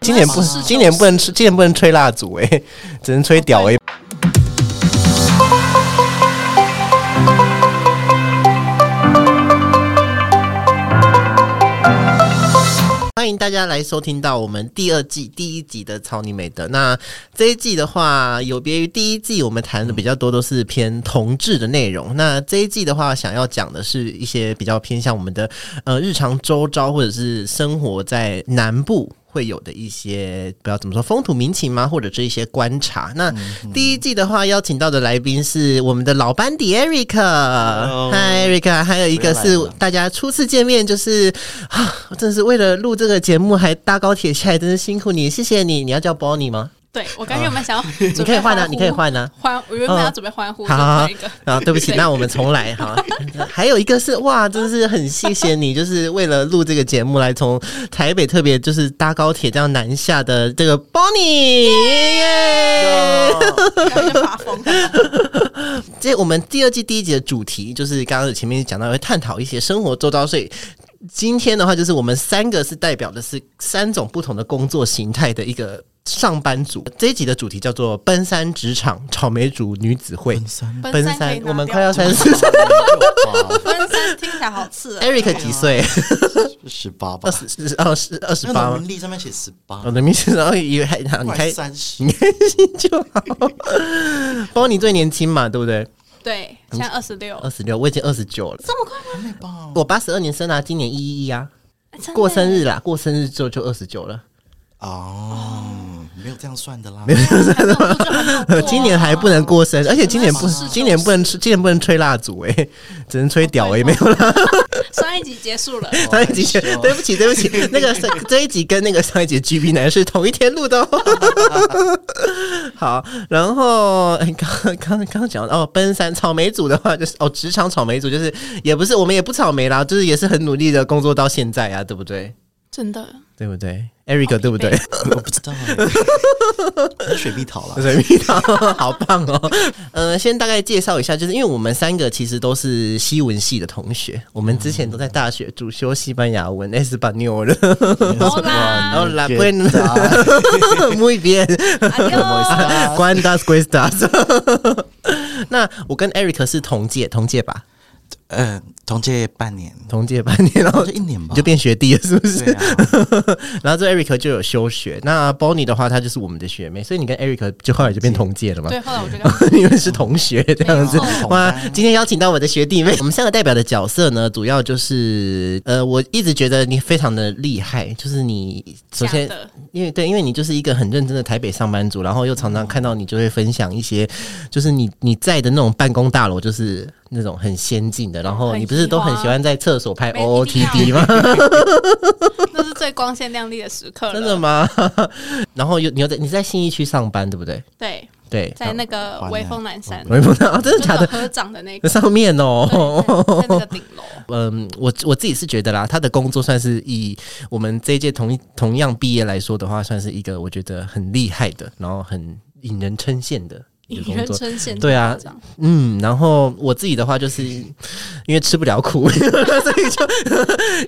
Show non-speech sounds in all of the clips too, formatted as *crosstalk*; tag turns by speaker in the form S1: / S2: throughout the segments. S1: 今年不
S2: 那是，哦
S1: 今年不能吃，今年不能吹蜡烛哎、只能吹屌哎、欢迎大家来收听到我们第二季第一集的《超你美的》。那这一季的话，有别于第一季，我们谈的比较多都是偏同志的内容。那这一季的话，想要讲的是一些比较偏向我们的呃日常周遭，或者是生活在南部。会有的一些不要怎么说风土民情吗？或者是一些观察。那
S3: 嗯
S1: 第一季的话，邀请到的来宾是我们的老班底 Eric，嗨 Eric，还有一个是
S3: 不要来了
S1: 大家初次见面，就是啊，真是为了录这个节目还搭高铁下来，真是辛苦你，谢谢你。你要叫 Bonnie 吗？
S2: 对我刚才有没有想要？
S1: 你
S2: 你
S1: 可以换啊，你可以换啊。
S2: 欢，我原本要
S1: 嗯
S2: 准备欢呼，就
S1: 好好好
S2: 换一个。
S1: 啊，对不起，
S2: 对
S1: 那我们重来哈。 *laughs* 还有一个是哇，真是很谢谢你，就是为了录这个节目来从台北特别就是搭高铁这样南下的这个 Bonnie，耶
S2: 感觉发
S1: *laughs*
S2: 疯。
S1: 这我们第二季第一集的主题就是刚刚前面讲到会哎探讨一些生活周遭，所以今天的话就是我们三个是代表的是三种不同的工作形态的一个上班族。这一集的主题叫做“奔三职场草莓族女子会”。
S3: 三
S2: 奔
S1: 奔
S2: 三可以
S1: 三，
S2: 拿
S1: 我们
S2: 掉
S1: 快要
S2: 了
S1: 三十
S2: 奔三听起来好刺耳。
S1: ，Eric 几岁？
S3: 十八吧
S1: 二，十、二十、二十
S3: 那
S1: 八
S3: 个
S1: 吗
S3: 文？历上面写十八
S1: 我，的名字，然后以为还好你开
S3: 快三十
S1: 你，开心就好。包你最年轻嘛，对不对？
S2: 对，
S1: 嗯
S2: 现在二十六
S1: 二，十六，我已经二十九了。
S2: 这么快吗
S3: 还没吧？
S1: 我八十二年生啊，今年一一一啊。？
S2: 真的
S1: 过生
S2: 耶
S1: 日啦，过生日之后就二十九了，
S3: 哦，没有这样算的啦，
S2: 那我就没有过啊
S1: *laughs* 今年还不能过生日，而且今年不
S2: 那是，
S1: 今年不能吃，今年不能吹蜡烛哎、 *laughs* 只能吹屌哎、
S2: 对
S1: 没有啦。
S2: 上一集结束了，
S1: 上一集
S3: *laughs* 害羞
S1: *laughs* 对不起对不起，那个上 *laughs* 这一集跟那个上一集 G B 男是同一天录的哦。 *laughs* 好，然后哎刚刚刚讲到哦，奔三草莓组的话就是哦，职场草莓组就是也不是我们也不草莓啦，就是也是很努力的工作到现在啊，对不对？
S2: 真的。
S1: 对不对？Eric 哦对不对？
S3: 我不知道欸，那水蜜桃啦，
S1: *laughs* 水蜜桃，好棒哦！呃，先大概介绍一下，就是因为我们三个其实都是西文系的同学，我们之前都在大学主修西班牙文 s p a n o l
S2: 好啦，
S1: 然后来
S3: 嗯 Get
S1: *laughs*
S3: that.
S1: muy bien，
S2: adiós
S3: 啊
S1: cuántas cuestas？那 *laughs* 我跟 Eric 是同届，同届吧，
S3: 嗯，同届半年，
S1: 同届半 *laughs* 年，然后
S3: 同届一年吧
S1: 你就，变学弟了，是不是？
S3: 对啊，
S1: 然后这 Eric 就有休学，那 Bonnie 的话，她就是我们的学妹，所以你跟 Eric 就后来就变同届了嘛？
S3: 啊
S2: 对，后来我就跟他
S1: 你们是同学这样子
S2: 没
S3: 错
S1: 哇！今天邀请到我的学弟妹，我们三个代表的角色呢，主要就是呃，我一直觉得你非常的厉害，就是你首
S2: 假
S1: 先
S2: 的，
S1: 因为对，因为你就是一个很认真的台北上班族，然后又常常看到你就会分享一些，就是你你在的那种办公大楼，就是那种很先进的，然后
S2: 哦很
S1: 你不是都很喜欢在厕所拍
S2: 没一定要
S1: OOTD 吗？
S2: *laughs*
S1: *laughs*
S2: 那是最光鲜亮丽的时刻了。
S1: 真的吗？ *laughs* 然后又你又在你在信义区上班对不对？
S2: 对，
S1: 对，
S2: 在那个微风南山，
S1: 我也不知道，真的假的？
S2: 合掌的那
S1: 那
S2: 个，
S1: 上面哦、
S2: 对在那个顶
S1: *laughs*
S2: 楼。
S1: 嗯，我我自己是觉得啦，他的工作算是以我们这一届同一同样毕业来说的话，算是一个我觉得很厉害的，然后很引人称羡的一个
S2: 引
S1: 工
S2: 人
S1: 作。
S2: 称羡。
S1: 对啊，嗯，然后我自己的话，就是因为吃不了苦， *laughs* 所以就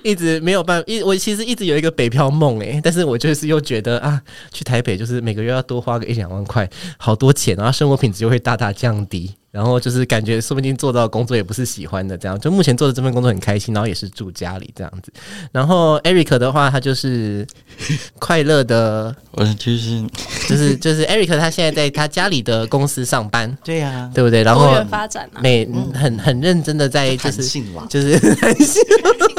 S1: 一直没有办法。一我其实一直有一个北漂梦诶、但是我就是又觉得啊，去台北就是每个月要多花个一两万块，好多钱，然后生活品质就会大大降低。然后就是感觉说不定做到的工作也不是喜欢的，这样就目前做的这份工作很开心，然后也是住家里这样子。然后 Eric 的话，他就是 *laughs* 快乐的，
S3: 我就是
S1: 就是就是 Eric 他现在在他家里的公司上班，
S3: 对啊呀，
S1: 对不对？然
S2: 多
S1: 后
S2: 元发展啊，
S1: 每很很认真的在就
S3: 弹
S1: 是
S3: 性啦，
S1: 就是 *laughs*
S2: 弹性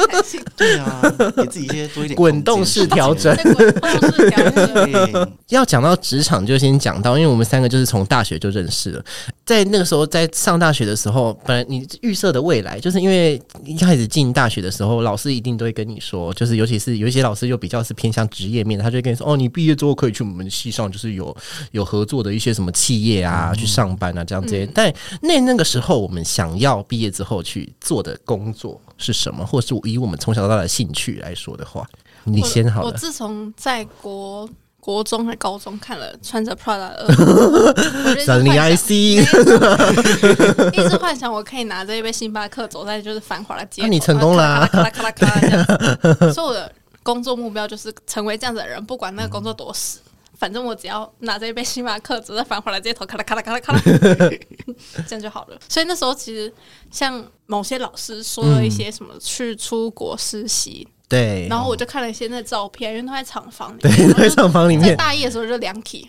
S3: *laughs* 对啊，给自己一些多一点
S1: 滚动式调整
S2: 弹性。那个或者是调整
S3: 对，
S1: 要讲到职场，就先讲到，因为我们三个就是从大学就认识了，在那个时候在上大学的时候，本来你预设的未来，就是因为一开始进大学的时候，老师一定都会跟你说，就是尤其是有一些老师又比较是偏向职业面的，他就会跟你说，哦，你毕业之后可以去我们系上，就是有有合作的一些什么企业啊，
S2: 嗯
S1: 去上班啊，这样这些。但那那个时候，我们想要毕业之后去做的工作是什么，或是以我们从小到大的兴趣来说的话，你
S2: 我
S1: 先好
S2: 我
S1: 了。
S2: 自从在国国中还高中看了穿着 Prada 的
S1: *laughs*
S2: 恶魔，我就一直
S1: 你
S2: 幻
S1: IC，
S2: 想， *laughs* 一直幻想我可以拿着一杯星巴克走在就是繁华的街
S1: 那
S2: 头，
S1: 啊你成功啦
S2: 然后咔啦咔啦咔啦咔啦咔啦这样子。所以我的工作目标就是成为这样子的人，不管那个工作多屎，反正我只要拿着一杯星巴克，直接返回来，直接头咔啦咔啦咔啦咔
S1: *laughs*
S2: 啦，这样就好了。所以那时候其实像某些老师说
S1: 嗯
S2: 了一些什么去出国实习，
S1: 对，
S2: 然后我就看了一些那照片，因为他在厂房里 *laughs*
S1: 对
S2: 面，
S1: 在厂房里
S2: 在
S1: 面，
S2: 大一的时候就量体，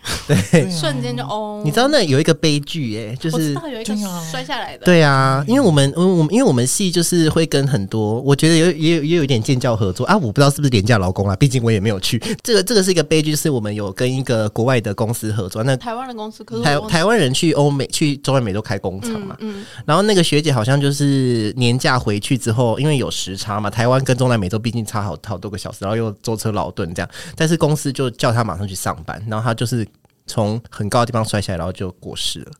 S2: 瞬间就哦，
S1: 你知道那有一个悲剧哎、就
S2: 我知
S1: 是
S2: 道有一个
S3: 对啊
S2: 摔下来的，
S1: 对啊，因为我们我们因为我们系就是会跟很多，我觉得有也有也有一点建教合作啊，我不知道是不是廉价劳工啊，毕竟我也没有去。这个这个是一个悲剧，是我们有跟一个国外的公司合作，那
S2: 台湾的公司，可是
S1: 台
S2: 我
S1: 台湾人去欧美去中南美洲开工厂嘛
S2: 哦嗯，嗯，
S1: 然后那个学姐好像就是年假回去之后，因为有时差嘛，台湾跟中南美洲毕竟差好好多个小时，然后又舟车劳顿这样，但是公司就叫她马上去上班，然后她就是从很高的地方摔下来，然后就过世了。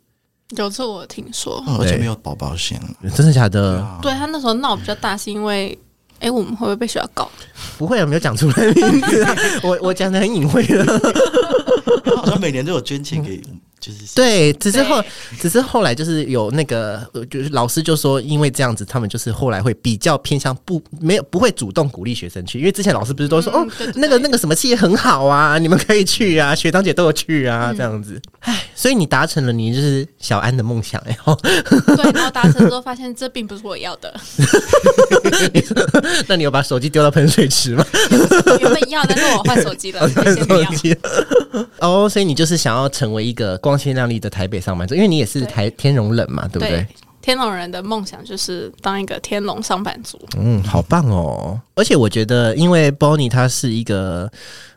S2: 有次我听说，
S3: 哦而且
S1: 对
S3: 没有保保险了。
S1: 真的假的？
S2: 对他那时候闹比较大，是因为。哎、我们会不会被学校告？
S1: 不会啊，没有讲出来名字、啊，我我讲的很隐晦的。
S3: 他好像每年都有捐钱给，就是
S1: 对，只是后
S2: 对
S1: 只是后来就是有那个，呃就是老师就说，因为这样子，他们就是后来会比较偏向不没有不会主动鼓励学生去，因为之前老师不是都说、
S2: 嗯
S1: 哦
S2: 对对，嗯
S1: 那个那个什么企业很好啊，你们可以去啊，学长姐都有去啊，这样子。唉，所以你达成了你就是小安的梦想哎、哦， *laughs*
S2: 对，然后达成之后发现这并不是我要的，
S1: 那你有把手机丢到喷水池
S2: *laughs*
S1: 吗？
S2: 原本要，但是我换手机了，所以先不要
S1: 手。机哦，所以你就是想要成为一个光鲜亮丽的台北上班族，因为你也是
S2: 对
S1: 台天龙人嘛，对不对？
S2: 对，天龙人的梦想就是当一个天龙上班族。
S1: 嗯，好棒哦！而且我觉得，因为 Bonnie 她是一个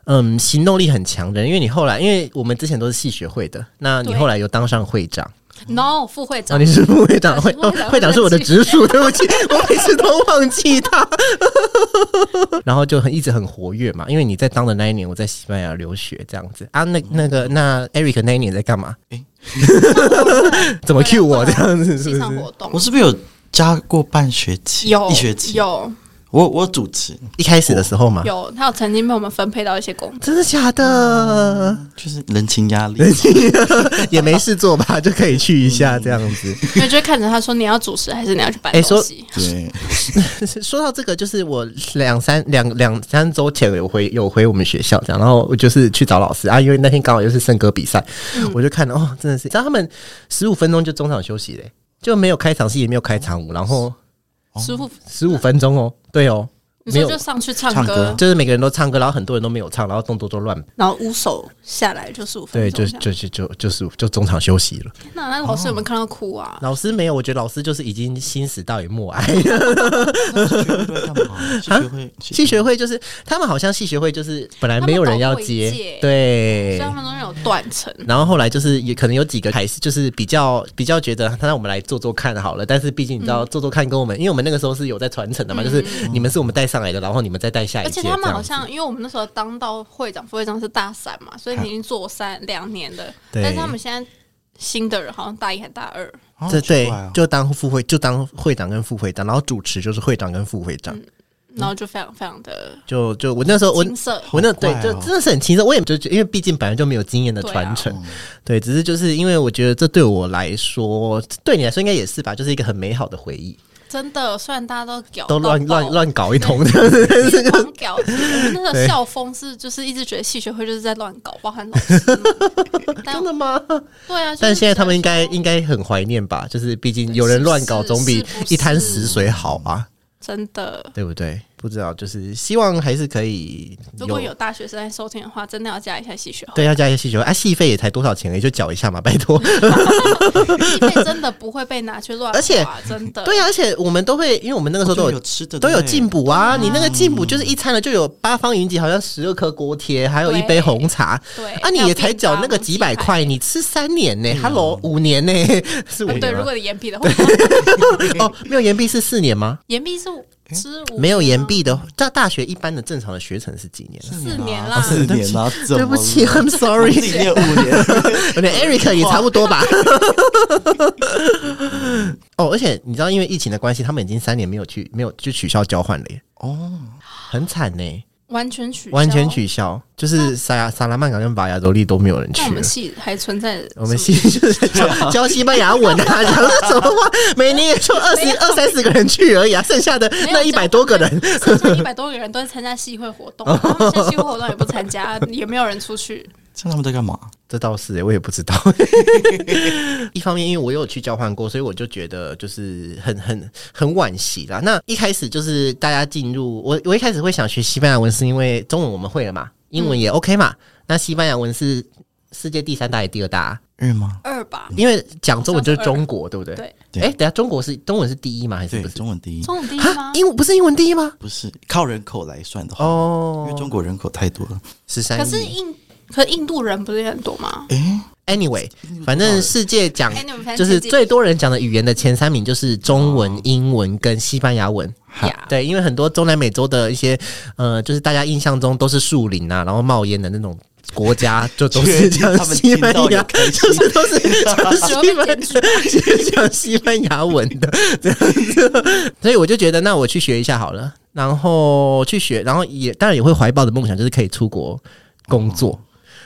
S1: 嗯行动力很强的人，因为你后来，因为我们之前都是系学会的，那你
S2: 对
S1: 后来有当上会长，
S2: No，副会
S1: 啊，
S2: 长
S1: 你，是副会长，
S2: 我
S1: 会
S2: 是副
S1: 哦
S2: 会长
S1: 会长是我的直属，对不起，我每次都忘记他。然后就很一直很活跃嘛，因为你在当的那一年，我在西班牙留学这样子啊，那那个那 Eric 那一年在干嘛？
S3: 诶
S1: 怎么 cue 我
S2: *laughs*
S1: 这样子？是
S2: 机
S1: 不
S2: 场
S1: 是？
S2: 活动
S3: 我是不是有加过半学期？
S2: 有
S3: 一学期。
S2: 有
S3: 我我主持，
S1: 一开始的时候嘛，
S2: *laughs* 有，他有曾经被我们分配到一些工作。 *laughs*
S1: 真的假的？
S3: 就是人情压
S1: *laughs*
S3: 力。
S1: 也没事做吧，就可以去一下这样子。
S2: 因为就会看着他说你要主持还是你要去搬
S1: 哎说
S2: 东西。
S3: 对，
S1: *laughs* 说到这个，就是我两三两两三周前有回有回我们学校这样，然后我就是去找老师啊，因为那天刚好又是圣歌比赛，我就看了哦，真的是，然后他们十五分钟就中场休息嘞、就没有开场戏，也没有开场舞，然后
S2: 师傅，
S1: 十五分钟哦，对哦，
S2: 你
S1: 没
S2: 说
S1: 有
S2: 就上去唱
S3: 唱
S2: 歌
S3: 歌，
S1: 就是每个人都唱歌，然后很多人都没有唱，然后动作都乱，
S2: 然后捂手下来就十五分
S1: 对，
S2: 钟这
S1: 就
S2: 样。
S1: 就就就就是就哦中场休息了。
S2: 那那老师有没有看到哭啊？
S1: 老师没有，我觉得老师就是已经心死到也默哀。
S3: 系学会都在干嘛？
S1: *laughs* 啊
S3: 系学会，
S1: 系学会就是他们好像系学会就是本来没有人
S2: 他
S1: 要
S2: 们搞过一届
S1: 接，
S2: 所以
S1: 对。
S2: 他们中间有断层。
S1: 然后后来就是也可能有几个还是就是比较比较觉得，那我们来做做看好了。但是毕竟你知道
S2: 嗯
S1: 做做看跟我们，因为我们那个时候是有在传承的嘛，就是你们是我们带上来的，然后你们再带下一
S2: 而
S1: 届
S2: 且
S1: 哎
S2: 他
S1: 这
S2: 们好
S1: 样子。
S2: 像，因为我们那时候当到会长、副会长是大三嘛，所以你已经做三两年的，
S1: 对
S2: 但是他们现在新的人好像大一还大二，
S3: 哦
S1: 这对
S3: 好奇怪哦
S1: 就当副会就当会长跟副会长，然后主持就是会长跟副会长。
S2: 然后就非常非常的
S1: 就就我那时候我
S2: 青涩。
S1: 我那
S3: 好
S1: 对
S3: 怪
S1: 就
S3: 哦
S1: 真的是很轻松，我也就觉得因为毕竟本来就没有经验的
S2: 对啊
S1: 传
S3: 嗯
S1: 承，对，只是就是因为我觉得这对我来说，对你来说应该也是吧，就是一个很美好的回忆，
S2: 真的，虽然大家都屌
S1: 都
S2: 到
S1: 乱
S2: 爆
S1: 乱，乱搞一通 *laughs* 这样
S2: *laughs*
S1: 子，但是就
S2: 狂屌。我们那时候校风是就是一直觉得戏学会就是在乱搞，包含老
S1: *laughs*
S2: 师们。但
S1: 真的吗？
S2: 对啊，
S1: 但
S2: 就是
S1: 现在他们应该
S2: 觉得说
S1: 应该很怀念吧，就是毕竟有人乱搞
S2: 是
S1: 总比
S2: 是不是
S1: 一滩死水好啊，
S2: 真的，
S1: 对不对？不知道，就是希望还是可以
S2: 如果有大学生在收听的话，真的要加一下戏学会，
S1: 对要加一些需求啊，戏费也才多少钱而已，也就缴一下嘛，
S2: *laughs*
S1: 拜托。
S2: 戏费真的不会被拿去乱花，
S1: 而且
S2: 真的哦
S1: 对啊，而且我们都会，因为我们那个时候都
S3: 就
S1: 有
S3: 有吃的，
S1: 都有
S3: 对不对
S1: 进补啊，你那个进补就是一餐了就有八方云集，好像十二颗锅贴，还有一杯
S2: 对
S1: 红茶。
S2: 对
S1: 啊，你也才缴那个几百。
S2: 还有便当
S1: 块，你吃三年
S3: 嗯
S1: 呢、哈 h e l l o 五年呢、 *laughs* 是五
S2: 呃对，
S1: 年
S2: 如
S1: 吗？
S2: 果你延毕的话，
S1: 哦，没有延毕是四年吗？
S2: *laughs* 延毕是是五
S1: 没有
S2: 年啊
S1: 延
S2: 吗
S1: 毕的，在大学一般的正常的学程是几年？
S2: 四年
S1: 哦
S3: 啊
S2: 啦，
S3: 四年啦，怎
S1: 对
S3: 么了
S1: 不起，，I'm
S3: *laughs* 我
S1: sorry，
S3: 自己念五年，
S1: *laughs* 有点 Eric 也差不多
S3: *laughs*
S1: 吧。哦，而且你知道，因为疫情的关系，他们已经三年没有去，没有就取消交换了耶，
S3: 哦，
S1: 很惨呢、
S2: 完全取消
S1: 完全。取消，就是萨萨拉曼卡跟瓦亚多利都没有人去
S2: 那我
S1: 了
S2: 们。系还存在什么？
S1: 我们系就是教教西班牙文啊，讲了什么话？每年也就二十
S2: *laughs*
S1: 二三十个人去而已啊，剩下的
S2: 没有
S1: 那一百多个人，
S2: 剩下一百多个人都在参加系会活动，然后现在系会活动也不参加，也没有人出
S1: *laughs*
S2: 去。
S3: 像他们在干嘛？
S1: 这倒是、欸、我也不
S2: *laughs*
S1: 知道。一方面，因为我有去交换过，所以我就觉得就是很很很惋惜啦。那一开始就是大家进入我，我一开始会想学西班牙文，是因为中文我们会了嘛，英
S2: 嗯
S1: 文也 OK 嘛。那西班牙文是世界第三大也第二大、啊，
S3: 日吗？
S2: 二吧，
S1: 因为讲中文就是中国，对不对？
S2: 对，
S3: 对
S1: 哎、等一下中国是中文是第一吗？还是
S3: 对
S1: 不，是？
S3: 中文第一，
S2: 中文第一
S1: 啊
S2: 吗，？
S1: 英文不是英文第一吗？
S3: 不是靠人口来算的话，因
S1: 哦
S3: 为，中国人口太多了。
S1: 十三
S2: 可是
S1: 亿。
S2: 印，可是印度人不是也很多吗？
S3: 诶， *laughs*
S1: Anyway，反正世界讲
S2: 哎你们反正
S1: 就是
S2: 前几
S1: 最多人讲的语言的前三名就是中
S3: 哦
S1: 文、英文跟西班牙文。
S2: 呀，
S1: 对，因为很多中南美洲的一些呃，就是大家印象中都是树林啊，然后冒烟的那种国家，就都是
S3: 确定
S1: 讲
S3: 他们
S1: 西
S3: 听
S1: 班
S3: 到
S1: 牙
S3: 有，开心
S1: 就是都
S3: *laughs*
S1: 是讲西班
S2: 有被检举
S1: 牙，讲西班牙文的这样子。所以我就觉得，那我去学一下好了，然后去学，然后也当然也会怀抱的梦想就是可以出国工作。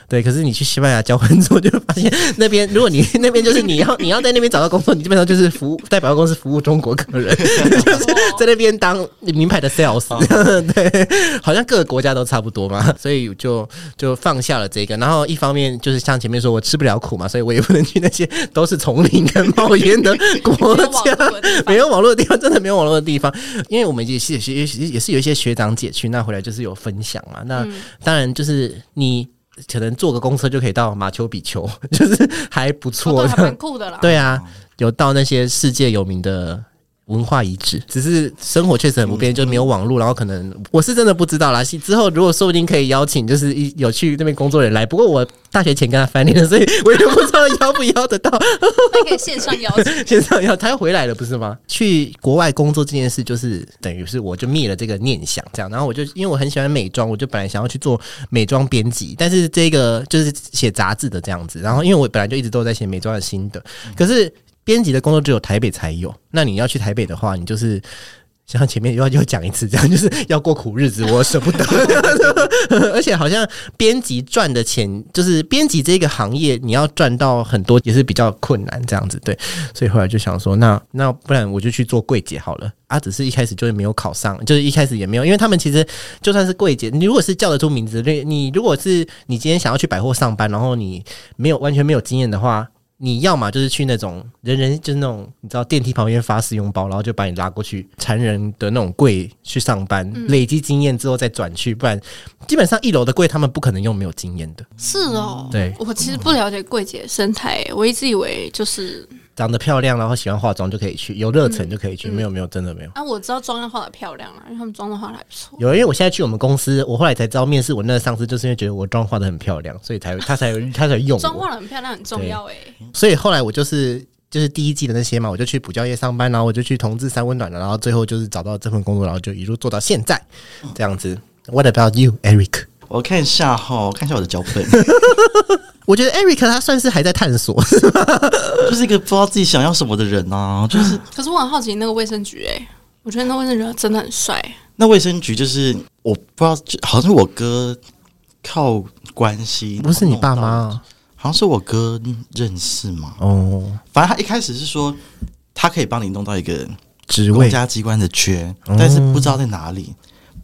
S1: 对，可是你去西班牙交换之后，就发现那边，如果你那边就是你要你要在那边找到工作，你基本上就是服务代表公司服务中国客人，
S2: 哦
S1: 就是 *laughs* 在那边当名牌的 sales，、对，哦 *laughs* 好像各个国家都差不多嘛，所以就就放下了这个。然后一方面就是像前面说我吃不了苦嘛，所以我也不能去那些都是丛林跟冒烟的
S2: 没
S1: 国
S2: 有网络
S1: 家
S2: 的地，方
S1: 没有网络的地方，真的没有网络的地方，因为我们也是也是也是也是有一些学长姐去，那回来就是有分享嘛，那。当然就是你可能坐个公车就可以到马丘比丘， *laughs* 就是还不
S2: 哦
S1: 错
S2: 对还蛮
S1: 的。
S2: 酷的啦。
S1: 对啊，有到那些世界有名的。文化遗址，嗯只是生活确实很不便，就没有网络，然后可能我是真的不知道啦。是之后如果说不定可以邀请，就是一有去那边工作的人来。不过我大学前跟他翻脸了，所以我也不知道邀不邀得到。
S2: 那可以线上邀
S1: *laughs*
S2: 请。
S1: 线上邀他又回来了，不是吗？去国外工作这件事，就是等于是我就灭了这个念想，这样。然后我就因为我很喜欢美妆，我就本来想要去做美妆编辑，但是这个就是写杂志的这样子。然后因为我本来就一直都在写美妆的心得，可是编辑的工作只有台北才有。那你要去台北的话，你就是。像前面又要又讲一次，这样就是要过苦日子，我舍 *laughs* 不得。而且好像编辑赚的钱，就是编辑这个行业，你要赚到很多也是比较困难，这样子对。所以后来就想说，那那不然我就去做柜姐好了。啊，只是一开始就是没有考上，就是一开始也没有，因为他们其实就算是柜姐，你如果是叫得出名字，对，你如果是你今天想要去百货上班，然后你没有完全没有经验的话。你要么就是去那种人人就是那种你知道电梯旁边发试用包，然后就把你拉过去缠人的那种柜去上班，累积经验之后再转去，不然基本上一楼的柜他们不可能用没有经验的，
S2: 是哦，
S1: 对
S2: 我其实不了解柜姐生态，我一直以为就是
S1: 长得漂亮然后喜欢化妆就可以去，有热忱就可以去，没有没有真的没有。
S2: 啊，我知道妆要化的漂亮啊，因为他们妆都化的还不错。
S1: 有，因为我现在去我们公司，我后来才知道，面试我那个上司就是因为觉得我妆化的很漂亮，所以才他才有他才有用
S2: 妆
S1: 我。
S2: 化的很漂亮很重要哎、
S1: 所以后来我就是就是第一季的那些嘛，我就去补教业上班，然后我就去同志三温暖了，然后最后就是找到这份工作，然后就一路做到现在
S3: 嗯
S1: 这样子。What about you, Eric？
S3: 我看一下哈，我看一下我的脚本， *laughs*
S1: 我觉得 Eric 他算是还在探索，
S3: 就是一个不知道自己想要什么的人啊。就是
S2: 可是我很好奇那个卫生局哎、我觉得那卫生局真的很帅，
S3: 那卫生局，就是我不知道，就好像是我哥靠关系，
S1: *laughs* 不是你爸
S3: 然后弄到
S1: 妈
S3: 好像是我哥认识嘛。
S1: 哦，
S3: 反正他一开始是说他可以帮你弄到一个
S1: 职
S3: 公
S1: 位哦
S3: 家机关的缺，但是不知道在哪里，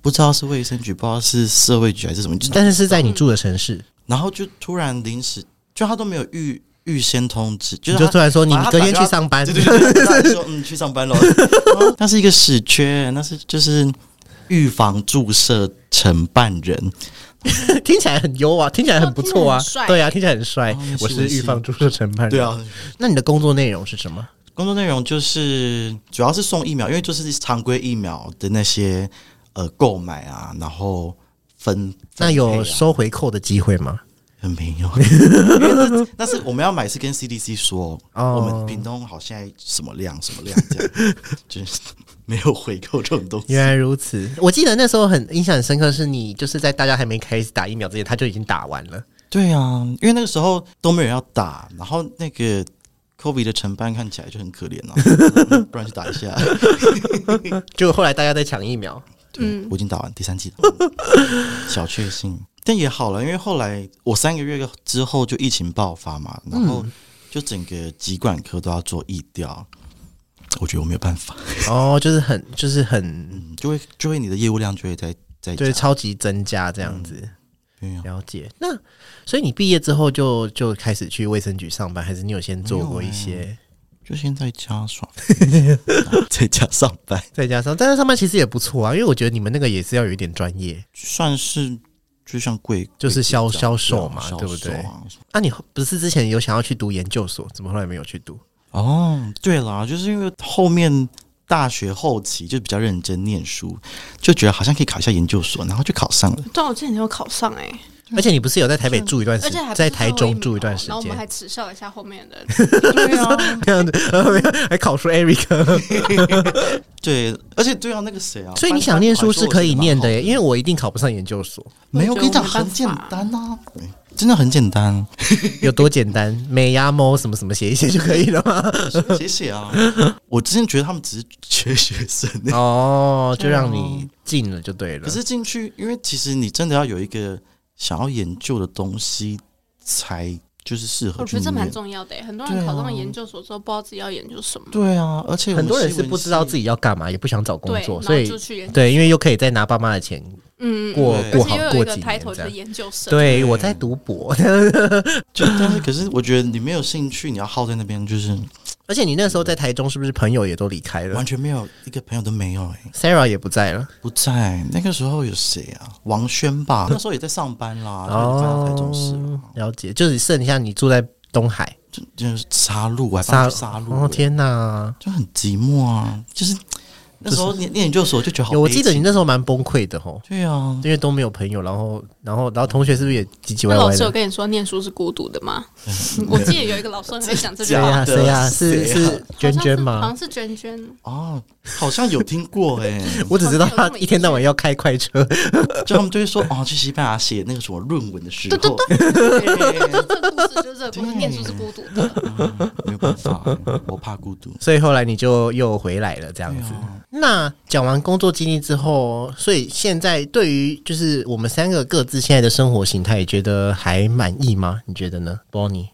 S3: 不知道是卫生局，不知道是社会局还是什么，就
S1: 但是是在你住的城市，
S3: 然后就突然临时，就他都没有预预先通知，就
S1: 你
S3: 是
S1: 就
S3: 他
S1: 突然说你
S3: 把他
S1: 隔天
S3: 打电话
S1: 去上班，
S3: 对对对对，他就说嗯去上
S1: *laughs*
S3: 班喽。那是一个死缺，那是就是预防注射承办人，
S1: *laughs* 听起来很优啊，听起来很不错啊
S2: 听起来很帅，
S1: 对啊，听起来很帅
S3: 哦。
S1: 我
S3: 是
S1: 是
S3: 我是
S1: 预防注射承判人，
S3: 对啊。
S1: 那你的工作内容是什么？
S3: 工作内容就是主要是送疫苗，因为就是常规疫苗的那些呃购买啊，然后分
S1: 那有
S3: 分配啊
S1: 收回扣的机会吗？
S3: 很没
S1: *laughs*
S3: 有，因为这但是我们要买是跟 CDC 说，
S1: 哦
S3: 我们屏东好现在什么量什么量这样，就是没有回购这种东西
S1: *laughs* 原。来如此，我记得那时候很印象很深刻，是你就是在大家还没开始打疫苗之前，他就已经打完了。
S3: 对啊，因为那个时候都没有人要打，然后那个 COVID 的承办看起 *laughs* 来就很可怜啊，不然去打一下。
S1: 就后来大家在抢疫苗，
S3: 嗯，我已经打完第三季了， *laughs* 小确幸，但也好了，因为后来我三个月之后就疫情爆发嘛，然后就整个疾管科都要做疫调，我觉得我没有办法，
S1: 哦，就是很就是很
S3: 嗯，就会就会你的业务量就会在在
S1: 就是
S3: 加
S1: 超级增加这样子。
S3: 对啊
S1: 了解，嗯那所以你毕业之后就就开始去卫生局上班，还是你有啊先做过一些？
S3: 就先在家爽， *laughs* 在家上班，
S1: 再加上，但是上班其实也不错啊，因为我觉得你们那个也是要有一点专业。
S3: 算是就像贵
S1: 就是销
S3: 贵族这样
S1: 销售嘛
S3: 销
S1: 对不对
S3: 售啊
S1: 那、你不是之前有想要去读研究所，怎么后来没有去读？
S3: 哦，对啦，就是因为后面大学后期就比较认真念书，就觉得好像可以考一下研究所，然后就考上了。
S2: 对啊，我之前有考上哎、
S1: 而且你不是有在台北住一段时
S2: 而且还不是
S1: 在台
S2: 最后
S1: 中
S2: 名
S1: 住一
S2: 哦
S1: 段时
S2: 然后我们
S1: 间，
S2: 还耻笑一下后面
S1: *laughs*
S2: 的人，
S3: 对啊，
S1: 这样子，还哎考
S2: *laughs*
S1: 出 Eric。
S3: *laughs* 对，而且对啊，那个谁啊，
S1: 所以你
S3: 班
S1: 想
S3: 上
S1: 念
S3: 考还
S1: 书是可以
S3: 我
S1: 念的耶，
S3: 蛮
S1: 因为我一定考不上研究所， *laughs*
S3: 好没有，
S2: 我
S3: 我
S2: 觉得
S3: 跟你讲
S2: 我没办
S3: 很简
S2: 法
S3: 单啊，对真的很简
S2: *laughs*
S3: 单，
S1: 有多简单？美牙猫什么什么写一写就可以了
S3: *laughs* 哦
S1: 吗？
S3: 写写啊。我之前觉得他们只是缺学生，
S1: 哦，就让你进了就
S2: 啊
S1: 对了
S3: 可。是进去，因为其实你真的要有一个想要研究的东西，才就是适合
S2: 我
S3: 去
S2: 觉得这
S1: 嗯
S3: 念。
S2: 蛮重要的欸、很多人
S3: 对啊
S2: 考上了研究所之后，不知道自己要研究什么，
S3: 对啊，而且我们
S1: 很多人
S3: 新
S1: 是
S3: 闻
S1: 不知道
S3: 系
S1: 自己要干嘛，也不想找工
S2: 对，然
S1: 作，
S2: 后
S1: 所以
S2: 就去研究，
S1: 对，因为又可以再拿爸妈的钱
S2: 嗯，嗯
S1: 过
S3: 对
S2: 而
S1: 过好
S2: 且又有
S1: 过
S2: 一
S1: 几
S2: 个
S1: 年
S2: title 就
S1: 这
S2: 是
S1: 样。
S2: 研究生，
S1: 对，我在读博， *laughs*
S3: 就但是可是我觉得你没有兴趣，你要耗在那边，就是
S1: 而且你那时候在台中是不是朋友也都离开了
S3: 完全没有一个朋友都没有、欸，
S1: ？Sarah 也不在了，
S3: 不在那个时候有谁啊？王轩吧，那时候也在上班啦，就搬到台中市了，
S1: 哦了解，就是剩下你住在东海
S3: 就就是杀戮，我还帮他去杀戮、
S1: 哦
S3: 欸
S1: 天哪！
S3: 就很寂寞啊，就是那时候念念研究所就觉得好悲
S1: 有，我
S3: 情，
S1: 记得你那时候蛮崩溃的吼，
S3: 对啊，
S1: 因为都没有朋友，然后，然后，然后同学是不是也唧唧
S2: 那
S1: 歪
S2: 老
S1: 歪
S2: 师有
S1: 的？
S2: 跟你说念书是孤独的 *laughs* 吗？我记得有一个老师很会讲这句
S1: 谁
S2: 话，
S1: 呀？谁呀？是
S3: 谁啊
S1: 是娟娟
S2: 好
S1: 吗
S2: 像？是娟娟，
S3: 哦，好像有听过哎、
S1: 我只知道
S2: 好
S1: 他
S2: 像有这么一
S1: 一天到晚要开快车， *laughs*
S3: 就他们就会说哦，去西班牙写那个什么论文的时
S2: 对对
S3: 候，
S2: 就这个故事就是这个故事，
S3: 对
S2: 念书是孤独的，
S3: 没有办法，我怕孤独。
S1: 所以后来你就又回来了这样
S3: 对
S1: 子。
S3: 啊，
S1: 那讲完工作经历之后，所以现在对于就是我们三个各自现在的生活形态，觉得还满意吗？你觉得呢，Bonnie？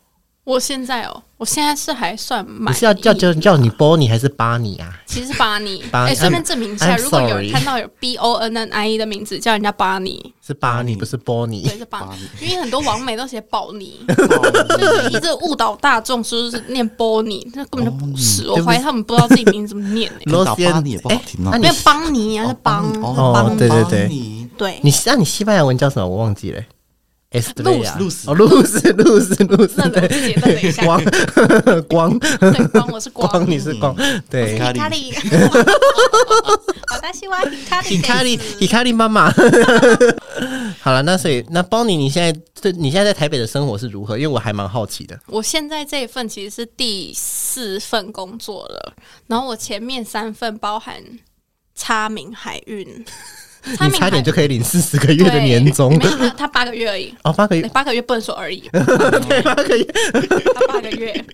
S2: 我现在哦，我现在是还算
S1: 你
S2: 满意，啊
S1: 是要叫叫叫你 Bonnie 还是 Bonnie 啊？
S2: 其实巴
S1: *laughs*
S2: 尼，
S1: 巴尼
S2: 哎，顺便证明一下，
S1: I'm
S2: 如果有
S1: sorry
S2: 人看到有 B O N N I E 的名字叫人家巴
S1: *laughs*
S2: 尼，
S1: 是 Bonnie 不是 Bonnie？。
S2: 对，是巴
S3: 巴
S2: 尼
S3: 尼，
S2: 因为很多网美都写宝尼，所以一直误导大众说是念波尼，那根本就不是，我怀疑他们不知道自己名字怎么念呢
S3: 跟打巴尼也不好听啊
S1: *laughs* 哎那
S2: 没有
S1: 你
S2: 邦尼啊，是邦
S1: 哦
S2: 邦
S1: 对对对
S3: 对，
S2: 对，
S1: 你那你西班牙文叫什么？我忘记了。S 对呀，
S3: 露丝
S1: 哦，露丝，露丝，露丝
S2: 那，
S1: 对
S2: 我自己再等一下，
S1: 光 *laughs* 光
S2: 对光嗯我是光
S1: *laughs* 光，你是光，对。
S3: 咖
S2: 卡
S3: 喱
S1: *laughs*
S2: 里，好担心哇，卡里，
S1: 卡利，伊卡利妈妈。 *laughs* 好了，那所以那邦尼，你现在对你现在在台北的生活是如何？因为我还蛮好奇的。
S2: 我现在这一份其实是第四份工作了，然后我前面三份包含差明海
S1: *laughs*
S2: 运，
S1: 你
S2: 明
S1: 差
S2: 海
S1: 点就可以领四十个
S2: 对
S1: 月的年终
S2: 没有他他八个月而
S1: *laughs*
S2: 已，
S1: 哦，八个
S2: 哎
S1: 月，
S2: 八个月不能说而已，
S1: 对，八个月
S2: 他八个月。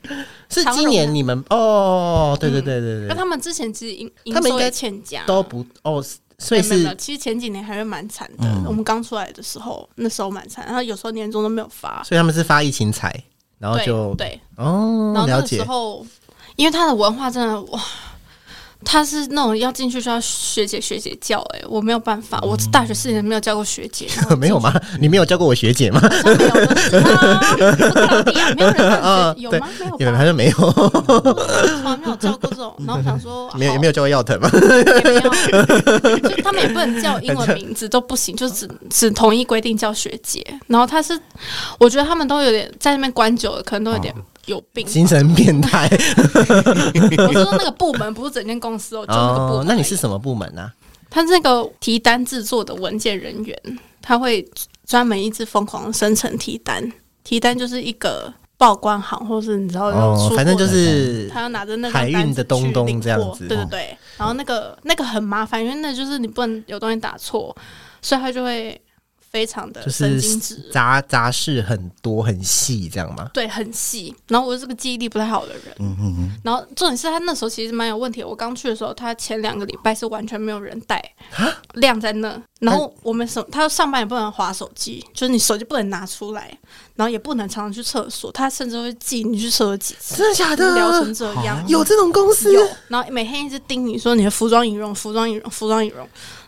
S1: 是
S2: 长
S1: 今
S2: 荣嗯
S1: 年
S2: 的
S1: 你们哦，对对对对
S2: *laughs* 那
S1: 对，
S2: 他们之前其实营
S1: 他
S2: 营
S1: 们应
S2: 收
S1: 该
S2: 也欠佳，
S1: 都不哦，所以
S2: 没有没有
S1: 是
S2: 其实前几年还会蛮惨的。
S3: 嗯
S2: 我们刚出来的时候，那时候蛮惨，然后有时候年终都没有发，
S1: 所以他们是发疫情财，然后
S2: 对
S1: 就
S2: 对，
S1: 哦
S2: 然，后那
S1: 了
S2: 个时
S1: 解。
S2: 候，因为他的文化真的哇，他是那种要进去就要学姐学姐叫、哎，我没有办法，我大学四年没有叫过学姐，
S1: *laughs* 没有吗？你没有教过我学姐吗？
S2: 好像没有，我就啊不可能啊没有人叫你学姐有吗？没有
S1: 有，
S2: 吧
S1: 他，说没有， *laughs*
S2: 从来没有叫过这种，然后我想说
S1: 没有，也
S2: 好
S1: 没有教过药藤吗？ *laughs*
S2: 也没有，啊就他们也不能叫英
S1: *laughs*
S2: 文名字都不行，就只只统一规定叫学姐。然后他是，我觉得他们都有点在那边关久了，可能都有点有病。
S1: 哦精神
S2: *laughs*
S1: 变态
S2: 我是说那个部门不是整间公司哦，就那个部门而
S1: 哦
S2: 已。。
S1: 那你是什么部门啊？
S2: 他是那个提单制作的文件人员，他会专门一直疯狂地生成提单，提单就是一个报关行，或是你知道有出
S1: 哦
S2: 货，
S1: 反正就
S2: 的
S1: 是
S2: 他要拿着那张
S1: 海运
S2: 单
S1: 的
S2: 子
S1: 东
S2: 去
S1: 东
S2: 领
S1: 这样
S2: 货
S1: 子哦
S2: 对对对。然后那个那个很麻烦，因为那就是你不能有东西打错，所以他就会非常的
S1: 就
S2: 神
S1: 是
S2: 经质，
S1: 杂杂事很多很细这样吗？
S2: 对，很细。然后我是个记忆力不太好的人，
S3: 嗯嗯嗯，
S2: 然后重点是他那时候其实蛮有问题的。我刚去的时候，他前两个礼拜是完全没有人带，晾在那。然后我们什他上班也不能划手机，就是你手机不能拿出来，然后也不能常常去厕所。他甚至会记你去厕所几次，
S1: 真的啊假
S2: 聊成
S1: 的？
S2: 这样。
S1: 有这种公司？
S2: 有，然后每天一直盯你说你的服装仪容、服装仪容、服装仪容。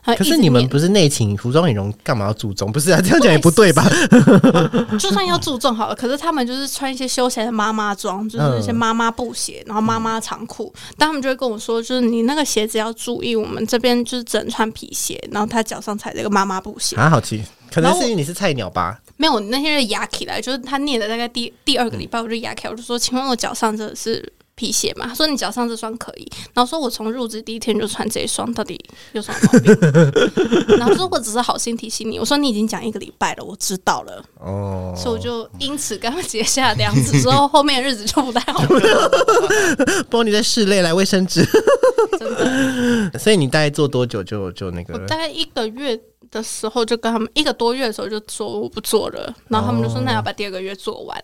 S2: 然后
S1: 可
S2: 一
S1: 是
S2: 直
S1: 你们
S2: 念
S1: 不是内勤，服装、美容干嘛要注重？不是啊，这样讲也不对吧？
S2: *laughs* 就算要注重好了，可是他们就是穿一些休闲的妈妈装，就是那些妈妈布鞋，然后妈妈长裤。但他们就会跟我说，就是你那个鞋子要注意，我们这边就是只能穿皮鞋，然后他脚上踩这个妈妈布鞋。
S1: 啊，好奇，可能
S2: 然后
S1: 是
S2: 我
S1: 因为你是菜鸟吧？
S2: 没有，那天是牙起来，就是他念的大概第第二个礼拜，我就牙起来，我就说，请问我脚上这是。皮鞋嘛，他说你脚上这双可以，然后说我从入职第一天就穿这一双，到底有什么毛病？然后说我只是好心提醒你，我说你已经讲一个礼拜了，我知道了。
S1: 哦，
S2: 所以我就因此跟他结下梁子，之后后面的日子就不太好了，
S1: 帮你在室内来卫生纸，
S2: 真的。
S1: *laughs* 所以你大概做多久就就那
S2: 我
S1: 个？
S2: 大概一个月的时候就跟他们一个多月的时候就说我不做了，然后他们就说那要把第二个月做完，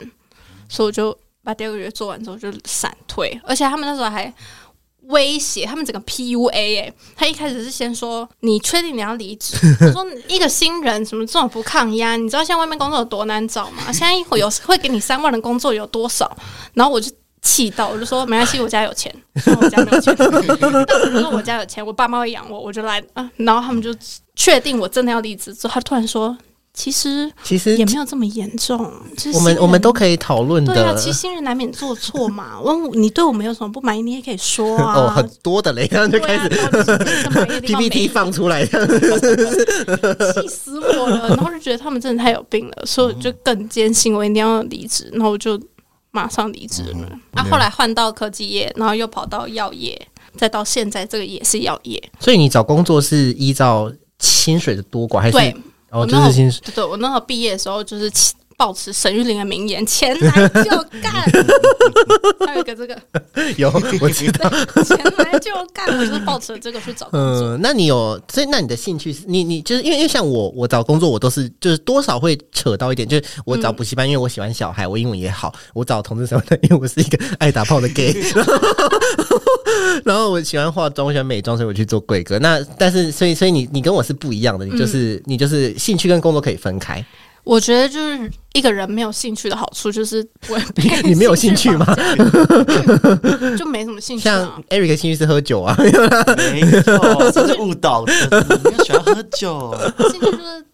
S2: 所以我就把第二个月做完之后就闪退，而且他们那时候还。威胁他们整个 PUA 哎、他一开始是先说你确定你要离职？他说一个新人怎么这么不抗压？你知道现在外面工作有多难找吗？现在会有会给你三万的工作有多少？然后我就气到，我就说没关系，我家有钱， *laughs* 虽然我家没有钱，但是如果我家有钱，我爸妈会养我，我就来啊。然后他们就确定我真的要离职之后，他突然说其实
S1: 其实
S2: 也没有这么严重，就是
S1: 我们
S2: 新
S1: 我们
S2: 人
S1: 都可以讨论
S2: 对啊，
S1: 的
S2: 其实新人难免做错嘛。问我你对我们有什么不满意，你也可以说啊。
S1: 哦，很多的嘞，然后就开始
S2: 对啊到底是真的满意的
S1: *laughs*
S2: 地方没
S1: PPT 放出来，
S2: 气死我了！然后就觉得他们真的太有病了，所以
S1: 哦
S2: 我就更坚信我一定要离职，然后我就马上离职
S1: 嗯
S2: 了。啊，后来换到科技业，然后又跑到药业，再到现在这个也是药业。
S1: 所以你找工作是依照薪水的多寡还是
S2: 对？
S1: 哦，
S2: 我
S1: 就
S2: 那
S1: 是
S2: 种
S1: 薪水。
S2: 对，我那时候毕业的时候就是起抱持沈玉玲的名言：“钱来就干。”
S3: 嗯
S2: 还有一个这个
S1: *laughs* 有，我知道。
S2: “钱来就干”，我就是抱持了这个去找工作。
S1: 嗯，那你有，所以那你的兴趣是你你就是因为因为像我我找工作我都是就是多少会扯到一点，就是我找补习班，因为我喜欢小孩，我英文也好；我找同志什么的，因为我是一个爱打炮的 *laughs* gay。然后然后我喜欢化妆，我喜欢美妆，所以我去做贵哥。那但是所以所以你你跟我是不一样的，你就是、你就是兴趣跟工作可以分开。
S2: 我觉得就是一个人没有兴趣的好处就是不会被
S1: *laughs* 你没有兴趣吗
S2: 绑架？就没什么兴趣啊
S1: 像。Eric 的兴趣是喝酒啊， *laughs*
S3: 没错，这是误导的。你要喜欢喝酒，
S2: 兴趣就是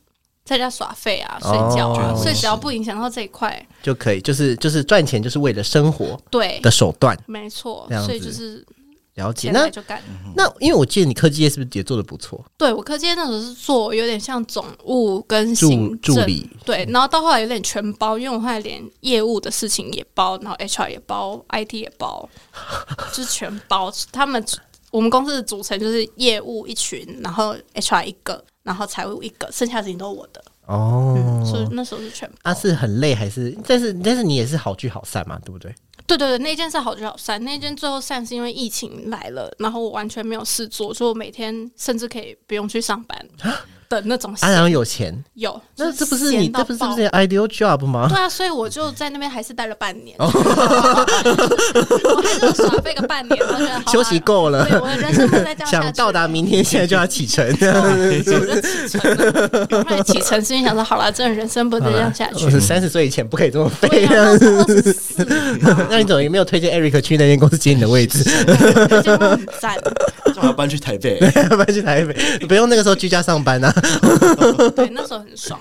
S2: 在家耍废啊、睡觉啊，
S1: 哦
S2: 所以只要不影响到这一块，
S1: 就可以，就是就是赚钱就是为了生活
S2: 对，
S1: 的手段。
S2: 没错
S1: 这样，子
S2: 所以就是
S1: 了解。
S2: 钱
S1: 那
S2: 来就干。
S1: 那因为我记得你科技业是不是也做的不错？
S2: 对我科技那时候是做有点像总务跟
S1: 助
S2: 行
S1: 助
S2: 政，
S1: 理
S2: 对，然后到后来有点全包，因为我后来连业务的事情也包，然后 HR 也包，IT 也包， *laughs* 就是全包。他们我们公司的组成就是业务一群，然后 HR 一个，然后财务一个，剩下的事情都是我的。
S1: 哦。
S2: 嗯，所以那时候是全包。
S1: 啊，是很累还是？但是但是你也是好聚好散嘛，对不对？
S2: 对对对，那件是好聚好散，那件最后散是因为疫情来了，然后我完全没有事做，所以我每天甚至可以不用去上班的那种闲。
S1: 啊，然后有钱，
S2: 有，
S1: 那
S2: 就
S1: 这不是你
S2: 闲到
S1: 这不是
S2: 爆
S1: 不是 ideal job 吗？
S2: 对啊，所以我就在那边还是待了半年，
S1: 哦
S2: *laughs* 我还是耍废个半年，然后觉得好吧
S1: *laughs* 休息够了
S2: 对，我啊的人生不能再这样下去了。
S1: 想到达明天，现在就要启程。 *laughs*
S2: 所以我就启程了。后来启程是因为想说，好了，真的人生不能再这样下去。
S1: *laughs* 三十岁以前不可以这么
S2: 啊对
S1: 废。
S2: 啊，到时候二十四嘛，
S1: *laughs* 那你怎么也没有推荐 Eric 去那间公司接你的位置，
S2: 对就很赞。
S3: 干嘛要搬去台北？
S1: *laughs* 搬去台北？不用那个时候居家上班啊。 *laughs*
S2: 对，那时候很爽。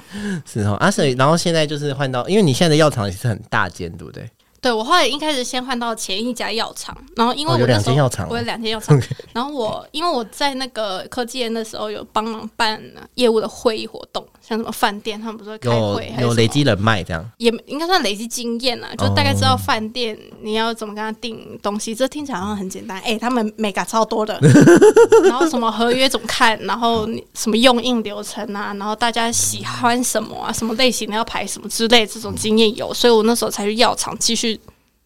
S1: 是哦，啊，所以然后现在就是换到，因为你现在的药厂也是很大间，对不对？
S2: 对我后来一开始先换到前一家药厂，然后因为
S1: 哦
S2: 我
S1: 有
S2: 那
S1: 两
S2: 时候、
S1: 间药厂哦
S2: 我有两间药厂，然后我因为我在那个科技业那时候有帮忙办业务的会议活动，像什么饭店他们不是会开
S1: 有
S2: 会，还是
S1: 有
S2: 什
S1: 累
S2: 么
S1: 积人脉这样。
S2: 也应该算累积经验啦，就大概知道饭店你要怎么跟他订东西，这听起来好像很简单。哎、他们美感超多的，然后什么合约怎么看，然后你什么用印流程啊，然后大家喜欢什么啊，什么类型的要排什么之类，这种经验有，所以我那时候才去药厂继续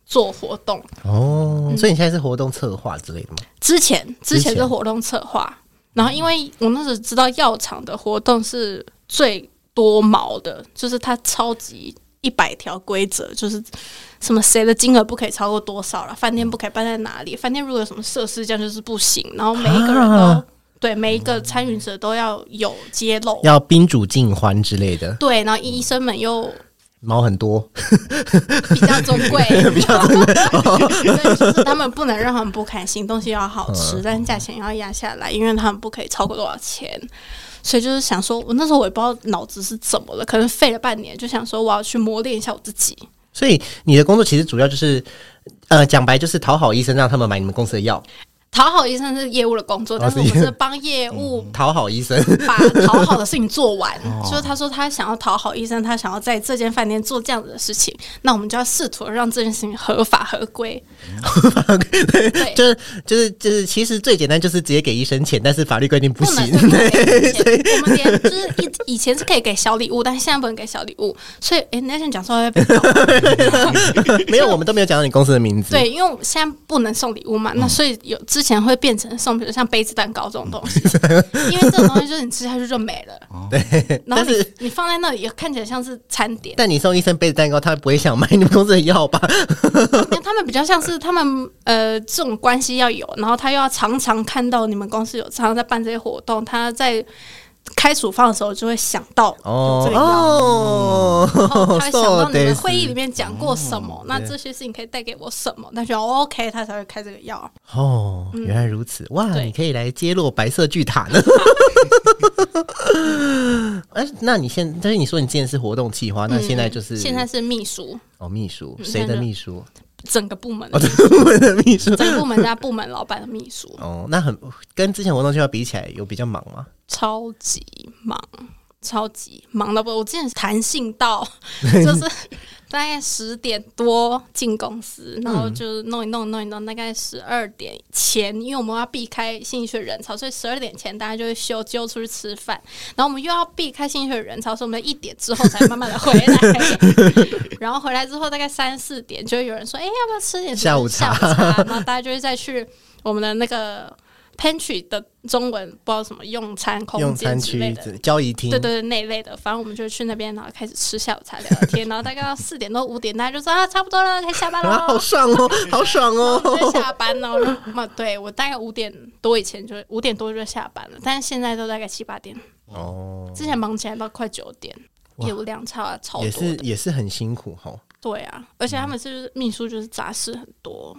S2: 做活动。
S1: 哦，所以你现在是活动策划之类的吗？
S2: 之前之前
S1: 之
S2: 是
S1: 前
S2: 活动策划，然后因为我那时候知道药厂的活动是最多毛的，就是它超级一百条规则，就是什么谁的金额不可以超过多少了，饭店不可以办在哪里，饭店如果有什么设施，这样就是不行。然后每一个人都、
S1: 啊
S2: 对每一个参与者都要有揭露，
S1: 要宾主尽欢之类的，
S2: 对，然后医生们又
S1: 毛很多，
S2: 比较尊贵， *laughs* 比较尊贵，哦对，就是他们不能让他们不开心，东西要好吃，但是价钱要压下来，因为他们不可以超过多少钱。所以就是想说，我那时候我也不知道脑子是怎么了，可能废了半年，就想说我要去磨练一下我自己。
S1: 所以你的工作其实主要就是，呃，讲白就是讨好医生，让他们买你们公司的药，
S2: 讨好医生是业务的工 *laughs* 作，但是我们是帮业务
S1: 讨好医生。 *laughs*
S2: 把讨好的事情做 *laughs* 完。就是他说他想要讨好医生，他想要在这间饭店做这样子的事情，那我们就要试图让这件事情合法合 *laughs* 规。对
S1: 就是就是就是，其实最简单就是直接给医生钱，但是法律规定不
S2: 不能对
S1: 行。
S2: 不能给钱，我们连就是 *laughs* 以以前是可以给小礼物，但是现在不能给小礼物，所以哎，那天讲说会被
S1: *laughs*
S2: 告，
S1: *laughs* 没有，我们都没有讲到你公司的名字。，
S2: 对，因为我现在不能送礼物嘛，
S1: 嗯
S2: 那所以有之前会变成送，比如像杯子蛋糕这种东西， *laughs* 因为这种东西就是你吃下去就没了，对，然后
S1: 嗯哦但
S2: 你
S1: 是
S2: 你放在那里也看起来像是餐点，
S1: 但你送医生杯子蛋糕，他不会想买你们公司的药吧？
S2: 因为他们比较像是他们呃这种关系要有，然后他又要常常看到你们公司有常常在办这些活动，他在开处方的时候就会想到
S1: 哦
S2: 这个药然后
S1: 哦，
S2: 他会想
S1: *laughs*
S2: 到你们
S1: そうです
S2: 会议里面讲过什么，那这些事情可以带给我什么，那就哦 OK，他才会开这个药。
S1: 哦，原来如此哇！
S2: 嗯对
S1: 你可以来揭露白色巨塔呢。 *laughs* 哎，那你现但是你说你之前是活动企划，那现在就是
S2: 嗯现在是秘书，
S1: 哦秘书，
S2: 嗯
S1: 谁的秘书？ *laughs*
S2: 整个部门的
S1: 哦，，对，我的秘书。
S2: 整个部门加部门老板的秘书，
S1: 哦，那很跟之前活动计划比起来，有比较忙吗？
S2: 超级忙，超级忙到不，我之前弹性
S1: *laughs*
S2: 到就是大概十点多进公司，然
S1: 嗯
S2: 后就弄一弄弄一弄，大概十二点前，因为我们要避开新一区的人潮，所以十二点前大家就会休揪出去吃饭，然后我们又要避开新一区的人潮，所以我们在一点之后才慢慢的回来， *laughs* 然后回来之后大概三四点就会有人说，哎、要不要吃点
S1: 下午茶
S2: 下午茶，然后大家就会再去我们的那个。pantry 的中文不知道什么用餐空
S1: 用
S2: 间
S1: 餐
S2: 之类
S1: 区
S2: 的，
S1: 交易厅，
S2: 对对对，那一类的，反正我们就去那边，然后开始吃下午茶聊聊
S1: *laughs*
S2: 天，然后大概到四点多五点，大家就说啊，差不多了，可以下班
S1: 啊， *laughs* 好
S2: 喽。
S1: 爽哦，好爽
S2: *laughs* 然后我就
S1: 哦。
S2: 下班了，嘛，对我大概五点多以前就五点多就下班了，但是现在都大概七八点，
S1: 哦，
S2: 之前忙起来到快九点，业务量差超
S1: 也
S2: 多
S1: 是嗯
S2: 的，
S1: 也是很辛苦哈。
S2: 对啊，而且他们是秘书就是杂事很多，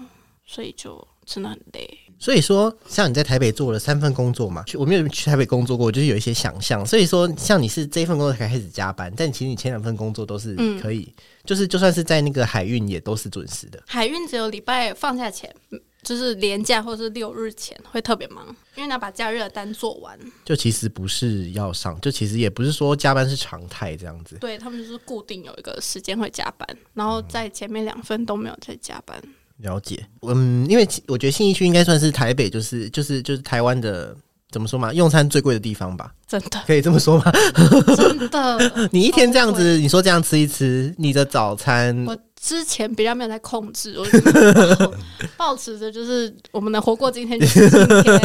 S2: 所以就真的很累。
S1: 所以说，像你在台北做了三份工作嘛，去我没有去台北工作过，我就是有一些想象。所以说，像你是这一份工作才开始加班，但其实你前两份工作都是
S2: 嗯
S1: 可以，就是就算是在那个海运也都是准时的。
S2: 海运只有礼拜放假前，嗯就是连假或是六日前会特别忙，因为你要把假日的单做完。
S1: 就其实不是要上，就其实也不是说加班是常态这样子。
S2: 对他们就是固定有一个时间会加班，然后在前面两份都没有在加班。
S1: 了解，嗯，因为其我觉得信义区应该算是台北，就是就是就是台湾的怎么说嘛，用餐最贵的地方吧，
S2: 真
S1: *laughs*
S2: 的，
S1: 可以这么说吗？，
S2: 真的
S1: 你一天这样子，你说这样吃一吃，你的早餐
S2: 哦我，我之前比较没有在控制，我就是保持着就是我们能活过今天就是今天，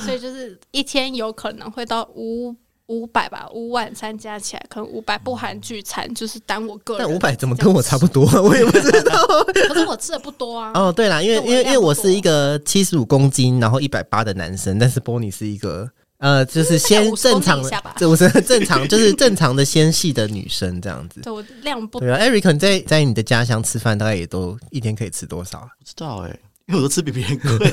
S2: 所以就是一天有可能会到五五百吧，五晚餐加起来可能五百不含聚餐，就是单我个人。
S1: 但五百怎么跟我差不多？ *laughs* 我也不知道。
S2: 可是我吃的不多啊。
S1: 哦，对啦，因为
S2: 跟我
S1: 因为
S2: 量
S1: 因为我
S2: 不
S1: 是一个七十五公斤，然后一百八的男生，但是 Bonnie 是一个呃，就是先
S2: 50
S1: 正常
S2: 公斤以下
S1: 的
S2: 吧，
S1: 这我是正常，就是正常的纤细的女生这样子。
S2: 对我量 *laughs* 不
S1: 对啊，Eric 你在在你的家乡吃饭，大概也都一天可以吃多少啊？
S3: 不知道哎、因为我都吃比别人贵。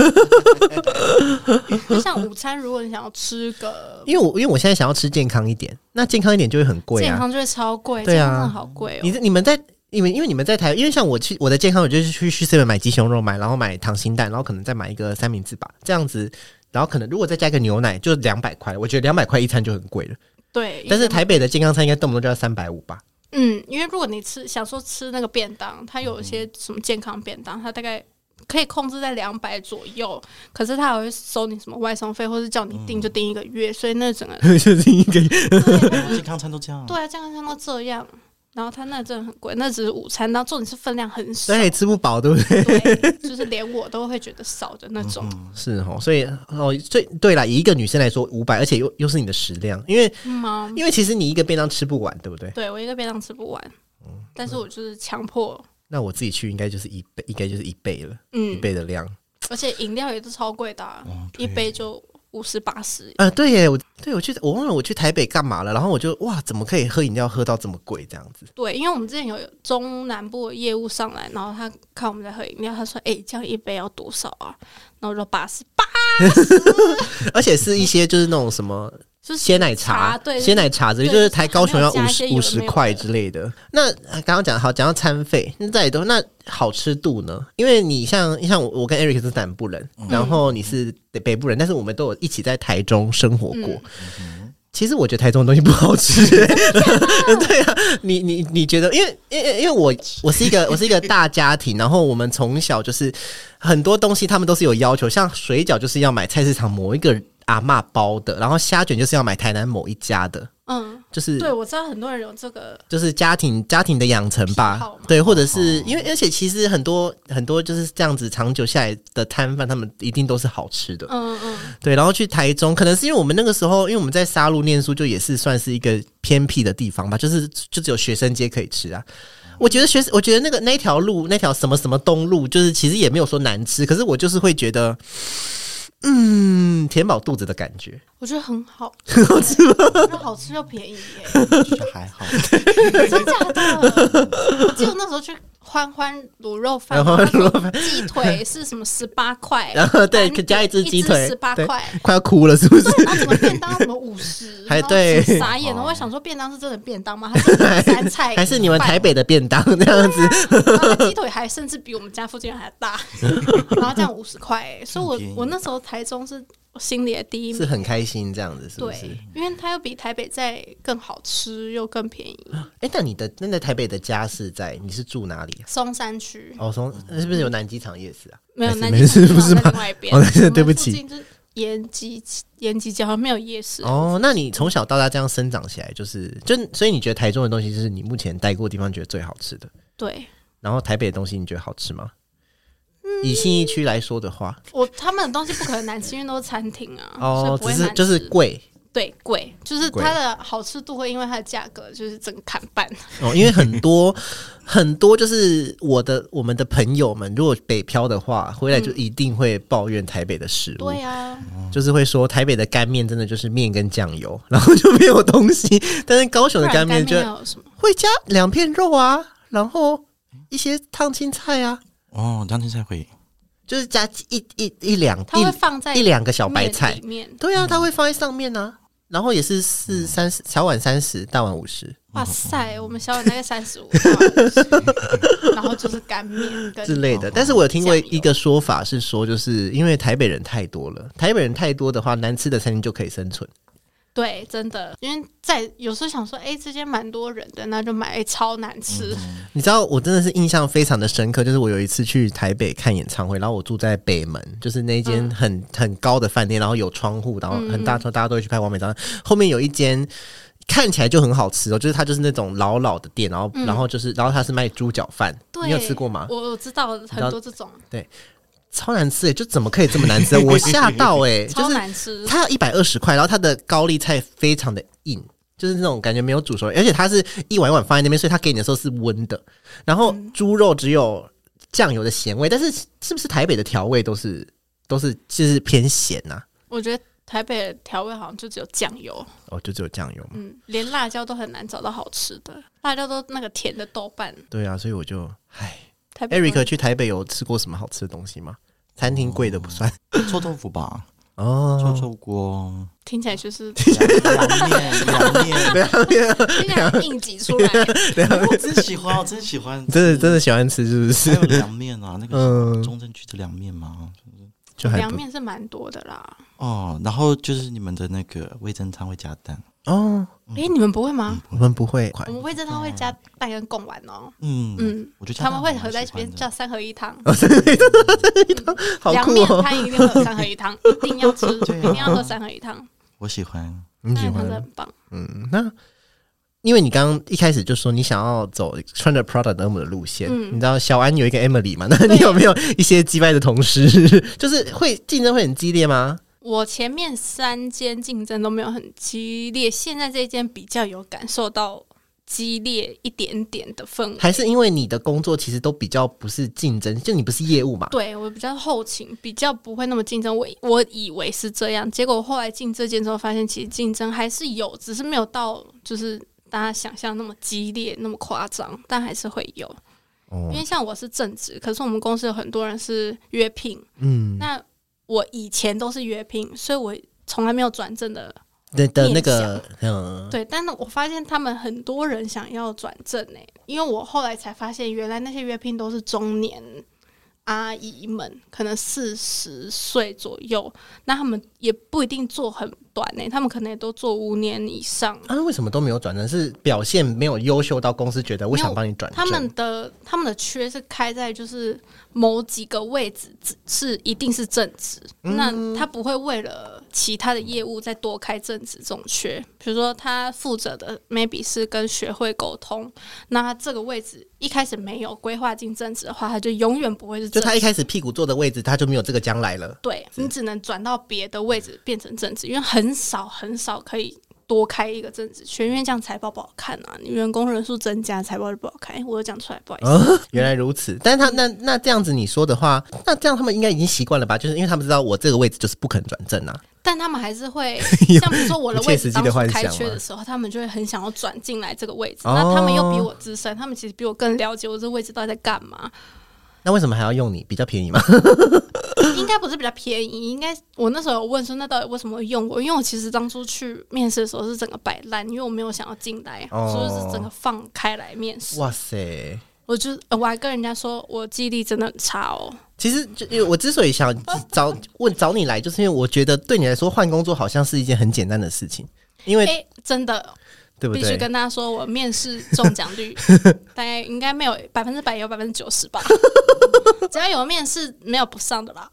S3: *laughs*
S2: 就像午餐，如果你想要吃个
S1: 因为我因为我现在想要吃健康一点，那健康一点就会很 *laughs* 贵
S2: 健
S1: 啊。
S2: 康就会超贵，
S1: 对啊
S2: 健康真的好贵哦
S1: 你。在你们在你们因为你们在台，因为像我去我的健康，我就是去去 seven 买鸡胸肉，买然后买溏心蛋，然后可能再买一个三明治吧，这样子。然后可能如果再加一个牛奶，就两百块，我觉得两百块一餐就很贵了。
S2: 对，
S1: 但是
S2: 因为
S1: 台北的健康餐应该动不动就要三百五吧？ *laughs*
S2: 嗯，因为如果你吃想说吃那个便当，它有一些什么健康便当，它大概可以控制在两百左右，可是它还会收你什么外送费，或是叫你订就订一
S1: *laughs*
S2: 个月，所以那整个
S1: 就是一个
S3: 健康餐都这样，
S2: 对啊，健康餐都这样。然后它那真的很贵，那只是午餐，然后重点是分量很少，
S1: 对，哎吃不饱，对不对？
S2: 对， *laughs* 就是连我都会觉得少的那种。
S1: *laughs* 是哦，所以哦，最对啦，以一个女生来说，五百，而且又又是你的食量，因为
S2: 嗯啊
S1: 因为其实你一个便当吃不完，对不对？
S2: 对我一个便当吃不完，
S1: 嗯
S2: 但是我就是强迫，
S1: 那我自己去应该就是一倍，应该就是一倍了，一
S2: 嗯，
S1: 倍的量。
S2: 而且饮料也是超贵的啊、
S3: 哦对
S2: 一杯就五十八十。
S1: 呃，对耶，我对我去，我忘了我去台北干嘛了，然后我就哇，怎么可以喝饮料喝到这么贵这样子？
S2: 对，因为我们之前有中南部的业务上来，然后他看我们在喝饮料，他说：“哎、这样一杯要多少啊？”然后我说：“八十八。
S1: 而且是一些就是那种什么”
S2: 就是
S1: 鲜奶茶，
S2: 对，
S1: 鲜奶茶之类，
S2: 对
S1: 就是
S2: 就是
S1: 台高雄要
S2: 还
S1: 五
S2: 要加一些
S1: 十
S2: 有的
S1: 五十
S2: 没有的
S1: 块之类的。那呃刚刚讲好，讲到餐费，那再多那好吃度呢？因为你像像我，我跟 Eric 是南部人，
S2: 嗯
S1: 然后你是北部人，但是我们都有一起在台中生活过。
S2: 嗯
S1: 其实我觉得台中的东西不好吃、欸
S2: *laughs*
S1: *laughs* 对啊，你你你觉得？因为因为因为我我是一个我是一个大家庭，然后我们从小就是很多东西他们都是有要求，像水饺就是要买菜市场某一个阿嬷包的，然后虾卷就是要买台南某一家的，
S2: 嗯，
S1: 就是
S2: 对，我知道很多人有这个，
S1: 就是家庭家庭的养成
S2: 癖
S1: 吧
S2: 好嘛，
S1: 对，或者是因为而且其实很多很多就是这样子长久下来的摊贩，他们一定都是好吃的，
S2: 嗯嗯，
S1: 对，然后去台中，可能是因为我们那个时候，因为我们在沙鹿念书，就也是算是一个偏僻的地方吧，就是就只有学生街可以吃啊。我觉得学，我觉得那个那条路，那条什么什么东路，就是其实也没有说难吃，可是我就是会觉得，嗯，填饱肚子的感觉。
S2: 我觉得很
S1: *laughs*
S2: 好，很好吃又好吃又便宜耶，
S3: 就还好。
S2: 真的假的？我记得那时候去欢欢卤肉饭，
S1: 然后
S2: 然后鸡腿是什么十八块，
S1: 然后对
S2: 单点
S1: 加一只鸡腿
S2: 一只十八
S1: 对
S2: 块，
S1: 快要哭了，是不是？
S2: 然后怎么便当怎么五十，
S1: 还
S2: 然后
S1: 对
S2: 是傻眼了。我想说便当是真的便当吗？还是三菜？
S1: 还是你们台北的便当那样子？
S2: 然
S1: *laughs*
S2: 后鸡腿还甚至比我们家附近还大，然后这样五十块欸，所以
S3: 很便宜
S2: 我我那时候台中是我心里的第一
S1: 是
S2: 名。
S1: 很开心这样子，是不
S2: 对
S1: 是？，
S2: 因为它又比台北在更好吃又更便宜。
S1: 哎，那你的那在台北的家是在你是住哪里啊？
S2: 松山区
S1: 哦，从
S2: 嗯
S1: 是不是有南机场夜市啊？
S2: 没有
S1: 还是
S2: 南
S1: 没
S2: 京
S1: 事不是
S2: 在
S1: 吗
S2: 另外一边。
S1: 哦那是
S2: 我们
S1: 对不起
S2: 附近就是延吉延吉街好像没有夜市。
S1: 哦，那你从小到大这样生长起来，就是就所以你觉得台中的东西就是你目前待过的地方觉得最好吃的，
S2: 对
S1: 然后台北的东西你觉得好吃吗？
S2: 嗯
S1: 以信义区来说的话，
S2: 我他们的东西不可能难吃，因为都是餐厅啊，所以
S1: 哦，
S2: 不会
S1: 只是
S2: 难
S1: 就是
S2: 吃
S1: 贵
S2: 对贵，就是
S1: 贵
S2: 它的好吃度会因为它的价格就是整个砍半。
S1: 哦，因为很多很多就是我的我们的朋友们，如果北漂的话，回
S2: 嗯
S1: 来就一定会抱怨台北的食物，
S2: 对啊，
S1: 就是会说台北的干面真的就是面跟酱油， *laughs* 然后就没有东西，但是高
S2: 不
S1: 雄的
S2: 然啊
S1: 干面就
S2: 要有什么？
S1: 会加两片肉啊，然后一些烫青菜啊。
S3: 哦，当天才会
S1: 就是加一一一两
S2: 它会放在
S1: 一一两个小白
S2: 面
S1: 菜
S2: 里，嗯面。
S1: 对啊，它会放在上面啊。然后也是
S2: 嗯
S1: 四三十，小碗三十，大碗五十
S2: 哇塞，我们小碗大概三十
S1: *laughs*
S2: 五，50然后就是干面
S1: 之
S2: 跟
S1: 类的。但是我有听过一个说法是说，就是因为台北人太多了，台北人太多的话，难吃的餐厅就可以生存。
S2: 对，真的，因为在有时候想说，哎、这间蛮多人的，那就买，哎超难吃，
S1: 你知道，我真的是印象非常的深刻，就是我有一次去台北看演唱会，然后我住在北门，就是那间
S2: 嗯
S1: 很、很高的饭店，然后有窗户，然后很大窗，大家都会去拍完美照片。后面有一间。看起来就很好吃哦，就是它就是那种老老的店，然后、然后就是然后它是卖猪脚饭，
S2: 嗯对，
S1: 你有吃过吗？
S2: 我我知道很多这种
S1: 超难吃诶，就怎么可以这么难吃？我吓到诶，就
S2: *laughs* 超
S1: 是
S2: 难吃，
S1: 它要一百二十块，然后它的高丽菜非常的硬，就是那种感觉没有煮熟，而且它是一碗一碗放在那边，所以它给你的时候是温的。然后猪肉只有酱油的咸味，但是是不是台北的调味都是都是就是偏咸啊呐、
S2: 我觉得台北的调味好像就只有酱油，
S1: 哦，就只有酱油嘛。
S2: 嗯，连辣椒都很难找到好吃的，辣椒都那个甜的豆瓣。
S1: 对啊，所以我就唉
S2: 台北
S1: ，Eric 去台北有吃过什么好吃的东西吗？餐厅贵的不算
S3: 臭豆腐吧，臭
S1: 哦，
S3: 臭锅、
S2: 听起来就是
S3: 嗯啊凉面、凉面，
S2: 听起来很硬挤出来，
S3: 我真喜欢，我真喜欢，
S1: 真的真的喜欢吃是不
S3: 还有
S1: 是？
S3: 凉面啊，那
S1: 嗯
S3: 个中正区的凉面嘛。
S1: 就还
S2: 凉
S1: 不
S2: 面是蛮多的啦。
S3: 哦，然后就是你们的那个味噌汤会加蛋，
S1: 哦，
S2: 哎、你们不会吗？
S1: 我们不会，
S2: 我们味噌汤会加蛋跟贡丸哦，
S3: 嗯
S2: 嗯，
S3: 我觉得加
S2: 他
S3: 蛋
S2: 们会合在一起
S3: 蛮
S2: 变
S3: 喜欢的
S2: 叫三合一汤。
S1: 好
S2: 凉
S1: 酷
S2: 面
S1: 哦，
S2: 它一定会有三合一汤，一定要吃，一
S3: 对啊
S2: 定要喝三合一汤。
S3: 我喜欢。
S1: 你
S2: 那
S1: 喜
S2: 汤真
S1: 欢
S2: 的很棒，
S1: 嗯，那因为你刚刚一开始就说你想要走穿着 Prada 的 M 的路线，
S2: 嗯
S1: 你知道小安有一个 Emily 嘛？那你有没有一些击败的同事？ *laughs* 就是会竞争会很激烈吗？
S2: 我前面三间竞争都没有很激烈，现在这一间比较有感受到激烈一点点的氛围。
S1: 还是因为你的工作其实都比较不是竞争，就你不是业务嘛？
S2: 对我比较后勤，比较不会那么竞争。我我以为是这样，结果后来进这间之后，发现其实竞争还是有，只是没有到就是大家想象那么激烈、那么夸张，但还是会有。
S1: 哦
S2: 因为像我是正职，可是我们公司有很多人是约聘，
S1: 嗯，
S2: 那我以前都是约聘，所以我从来没有转正的。
S1: 的的那个嗯，
S2: 对，但是我发现他们很多人想要转正诶、因为我后来才发现，原来那些约聘都是中年阿姨们，可能四十岁左右，那他们也不一定做很短诶、他们可能也都做五年以上。
S1: 啊，为什么都没有转正？是表现没有优秀到公司觉得我想帮你转正？
S2: 他们的他们的缺是开在就是某几个位置只是一定是正职，
S1: 嗯
S2: 那他不会为了其他的业务再多开正职这种缺。比如说他负责的 maybe 是跟学会沟通，那他这个位置一开始没有规划进正职的话，他就永远不会是
S1: 就
S2: 正
S1: 他
S2: 职。
S1: 一开始屁股坐的位置，他就没有这个将来了。
S2: 对你只能转到别的位置变成正职，因为很少很少可以。多开一个正职缺，因为这样财报不好看啊！你员工人数增加，财报就不好看。我有讲出来，不好意思。
S1: 原来如此，但
S2: 嗯
S1: 是他那那这样子你说的话，那这样他们应该已经习惯了吧？就是因为他们知道我这个位置就是不肯转正啊。
S2: 但他们还是
S1: *laughs*
S2: 会
S1: 有，
S2: 像比如说我的
S1: 不切
S2: 位
S1: 实
S2: 置
S1: 际
S2: 当
S1: 的
S2: 初
S1: 幻想
S2: 开
S1: 吗
S2: 缺的时候，他们就会很想要转进来这个位置。
S1: 哦
S2: 那他们又比我资深，他们其实比我更了解我这个位置到底在干
S1: *laughs*
S2: 嘛。
S1: 那为什么还要用你？比较便
S2: *laughs*
S1: 宜嘛？
S2: 应该不是比较便宜，应该我那时候有问说，那到底为什么会用我？因为我其实当初去面试的时候是整个摆烂，因为我没有想要进来，
S1: 哦
S2: 所以是整个放开来面试。
S1: 哇塞！
S2: 我就呃我还跟人家说我记忆力真的很差哦，
S1: 其实就因为我之所以想找问找你来，就是因为我觉得对你来说换工作好像是一件很简单的事情，因为、
S2: 哎、真的
S1: 对不
S2: 必须
S1: 对？
S2: 跟大家说，我面试中奖
S1: *laughs*
S2: 率大概应该没有百分之百，也有百分之九十吧。只要有面试没有不上的啦，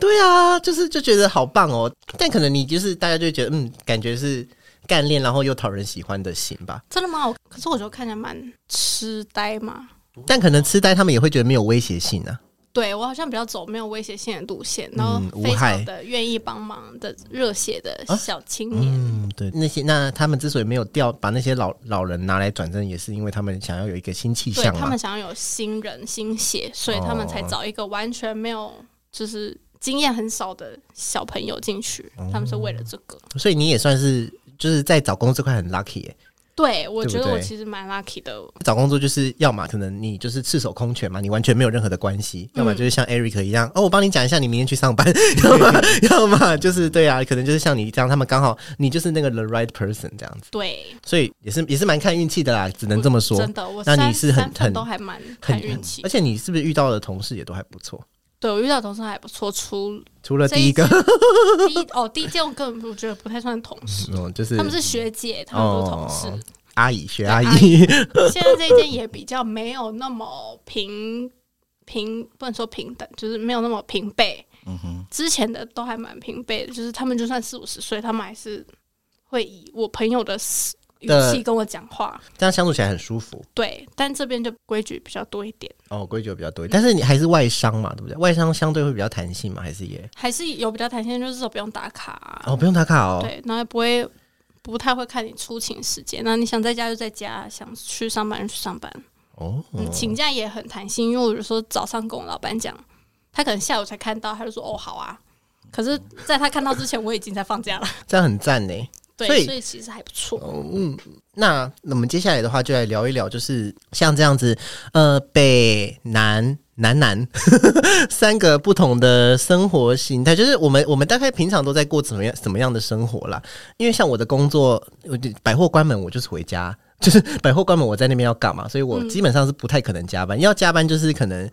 S1: 对啊，就是就觉得好棒哦。但可能你就是大家就会觉得嗯，感觉是干练，然后又讨人喜欢的型吧。
S2: 真的吗？我可是我觉得看起来蛮痴呆嘛。
S1: 但可能痴呆他们也会觉得没有威胁性啊。
S2: 对我好像比较走没有威胁性的路线，然后
S1: 嗯无
S2: 非
S1: 害啊
S2: 常的愿意帮忙的热血的小青年。
S1: 嗯，对，那些那他们之所以没有调把那些老老人拿来转正，也是因为他们想要有一个新气
S2: 对
S1: 象
S2: 他
S1: 嘛
S2: 们。想要有新人新血，所以他们才
S1: 哦
S2: 找一个完全没有就是经验很少的小朋友进去，
S1: 哦
S2: 他们是为了这个。
S1: 所以你也算是就是在找工作这块很 lucky 耶、
S2: 对，我
S1: 对不
S2: 觉得我
S1: 对
S2: 其实蛮 lucky 的，
S1: 找工作就是要么可能你就是赤手空拳嘛，你完全没有任何的关系；
S2: 嗯
S1: 要么就是像 Eric 一样，哦，我帮你讲一下，你明天去上班； *laughs* 要
S2: *laughs*
S1: 么要么就是对啊，可能就是像你这样，他们刚好你就是那个 the right person 这样子，
S2: 对，
S1: 所以也是也是蛮看运气的啦，只能这么说。
S2: 真的，我
S1: 那
S2: 三
S1: 你是很
S2: 三份
S1: 很
S2: 都还蛮
S1: 很
S2: 看运气
S1: 而。且你是不是遇到的同事也都还不错？
S2: 对我遇到的同事还不错，除
S1: 除了
S2: 这
S1: 第一
S2: 一
S1: 个，
S2: 第一哦第一件我根本不觉得不太算同事，
S1: 嗯，就是
S2: 他们是学姐，他们不是同事。
S1: 哦阿姨学
S2: 对
S1: 阿
S2: 阿
S1: 姨，
S2: 现在这一件也比较没有那么平平，不能说平等，就是没有那么平辈。
S3: 嗯哼，
S2: 之前的都还蛮平辈的，就是他们就算四五十岁，他们还是会以我朋友的语
S1: 的
S2: 气跟我讲话。
S1: 这样相处起来很舒服。
S2: 对，但这边就规矩比较多一点。
S1: 哦，规矩比较多，但是你还是外商嘛，对不对？外商相对会比较弹性嘛，还是也
S2: 还是有比较弹性，就是说不用打卡、啊。
S1: 哦，不用打卡哦。
S2: 对，然后也不会不太会看你出勤时间。那你想在家就在家，想去上班就去上班。
S1: 哦，
S2: 嗯，请假也很弹性，因为我有时候早上跟我老板讲，他可能下午才看到，他就说哦好啊。
S1: 嗯
S2: 可是，在他看到之前，我已经在放假
S1: *laughs*
S2: 了。
S1: 这样很赞呢。
S2: 对，
S1: 所以哦
S2: 所以其实还不错。
S1: 那那我们接下来的话，就来聊一聊，就是像这样子，呃，北南。南南 *laughs* 三个不同的生活形态，就是我们我们大概平常都在过怎么样怎么样的生活啦？因为像我的工作，我就百货关门，我就是回家， *laughs* 就是百货关门，我在那边要干嘛？所以我基本上是不太可能加班，要加班就是可能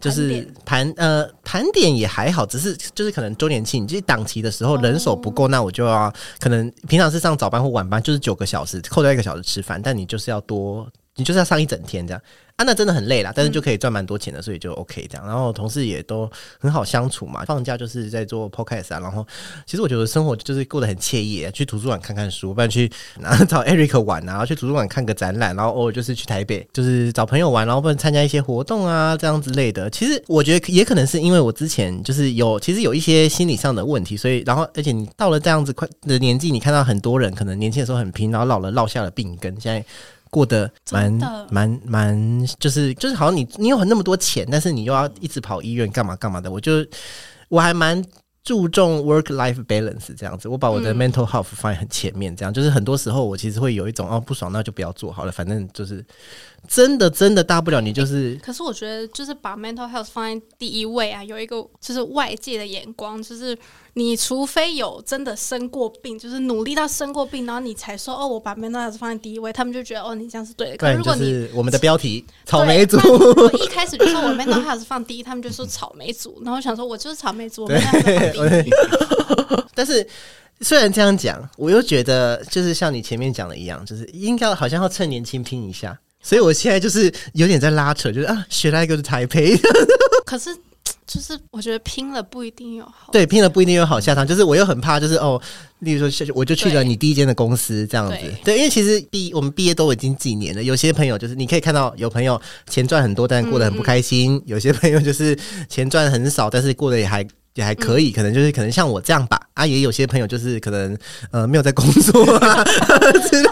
S1: 就是盘呃盘点也还好，只是就是可能周年庆，就是档期的时候人手不够，那我就要可能平常是上早班或晚班，就是九个小时，扣掉一个小时吃饭，但你就是要多你就是要上一整天这样啊，那真的很累啦，但是就可以赚蛮多钱的，所以就 OK 这样。然后同事也都很好相处嘛，放假就是在做 podcast 啊，然后其实我觉得生活就是过得很惬意，去图书馆看看书，不然去然后找 *laughs* Eric 玩啊，然后去图书馆看个展览，然后偶尔就是去台北，就是找朋友玩，然后不能参加一些活动啊，这样之类的。其实我觉得也可能是因为我之前就是有，其实有一些心理上的问题，所以然后而且你到了这样子快的年纪，你看到很多人可能年轻的时候很拼，然后老了落下了病根，现在。过得蛮
S2: 真的
S1: 蛮蛮，就是就是好像你你有那么多钱，但是你又要一直跑医院干嘛干嘛的，我就我还蛮注重 work life balance 这样子，我把我的
S2: 嗯
S1: mental health 放在很前面，这样、就是很多时候我其实会有一种哦不爽，那就不要做好了，反正就是真的真的大不了你就是
S2: 可是我觉得，就是把 mental health 放在第一位啊，有一个就是外界的眼光，就是你除非有真的生过病，就是努力到生过病，然后你才说哦，我把 mental health 放在第一位，他们就觉得哦，你这样是对的。
S1: 不
S2: 可是
S1: 然
S2: 如
S1: 就
S2: 果你、
S1: 是我们的标题草莓族
S2: 对，那我一开始就说我 mental health 放第一，他们就说草莓族，然后我想说我就是草莓
S1: *laughs*
S2: 族，我 mental health 放第一。
S1: 但是。虽然这样讲，我又觉得就是像你前面讲的一样，就是应该好像要趁年轻拼一下，所以我现在就是有点在拉扯，就是啊，学来一个台北，
S2: 可是就是我觉得拼了不一定有好，
S1: 对，拼了不一定有好下场，就是我又很怕，就是哦，例如说，我就去了
S2: 对
S1: 你第一间的公司这样子，对，因为其实毕我们毕业都已经几年了，有些朋友就是你可以看到有朋友钱赚很多，但过得很不开
S2: 嗯
S1: 心；有些朋友就是钱赚很少，但是过得也还。也还
S2: 嗯
S1: 可以，可能就是可能像我这样吧，啊，也有些朋友就是可能呃没有在工作啊之类，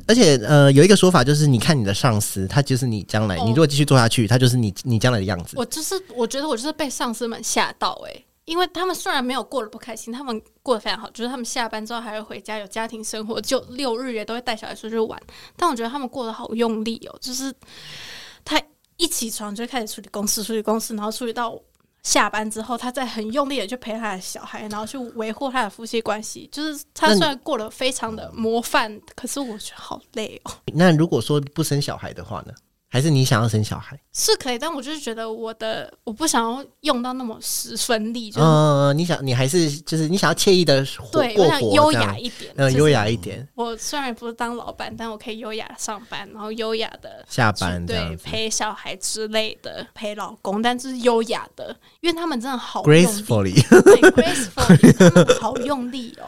S1: *laughs* 而且呃有一个说法就是，你看你的上司，他就是你将来，你
S2: 哦
S1: 如果继续做下去，他就是你你将来的样子。
S2: 我就是我觉得我就是被上司们吓到哎、欸因为他们虽然没有过得不开心，他们过得非常好，就是他们下班之后还会回家有家庭生活，就六日也都会带小孩出去玩。但我觉得他们过得好用力哦，就是他一起床就开始处理公事，处理公事，然后处理到下班之后，他再很用力的去陪他的小孩，然后去维护他的夫妻关系。就是他
S1: 那你
S2: 虽然过得非常的模范，可是我觉得好累哦。
S1: 那如果说不生小孩的话呢？还是你想要生小孩？
S2: 是可以，但我就是觉得我的我不想要用到那么十分力，就是
S1: 嗯、你想你还是就是你想要惬意的活
S2: 对，
S1: 过
S2: 我想
S1: 活
S2: 优
S1: 这样
S2: 雅，一点，
S1: 呃，
S2: 就是
S1: 优雅一点，
S2: 我虽然不是当老板，但我可以优雅地上班，然后优雅的
S1: 下班这
S2: 对
S1: 样子
S2: 陪小孩之类的，陪老公，但就是优雅的，因为他们真的好用力
S1: ，gracefully
S2: 对 *laughs* graceful，他们好用力哦，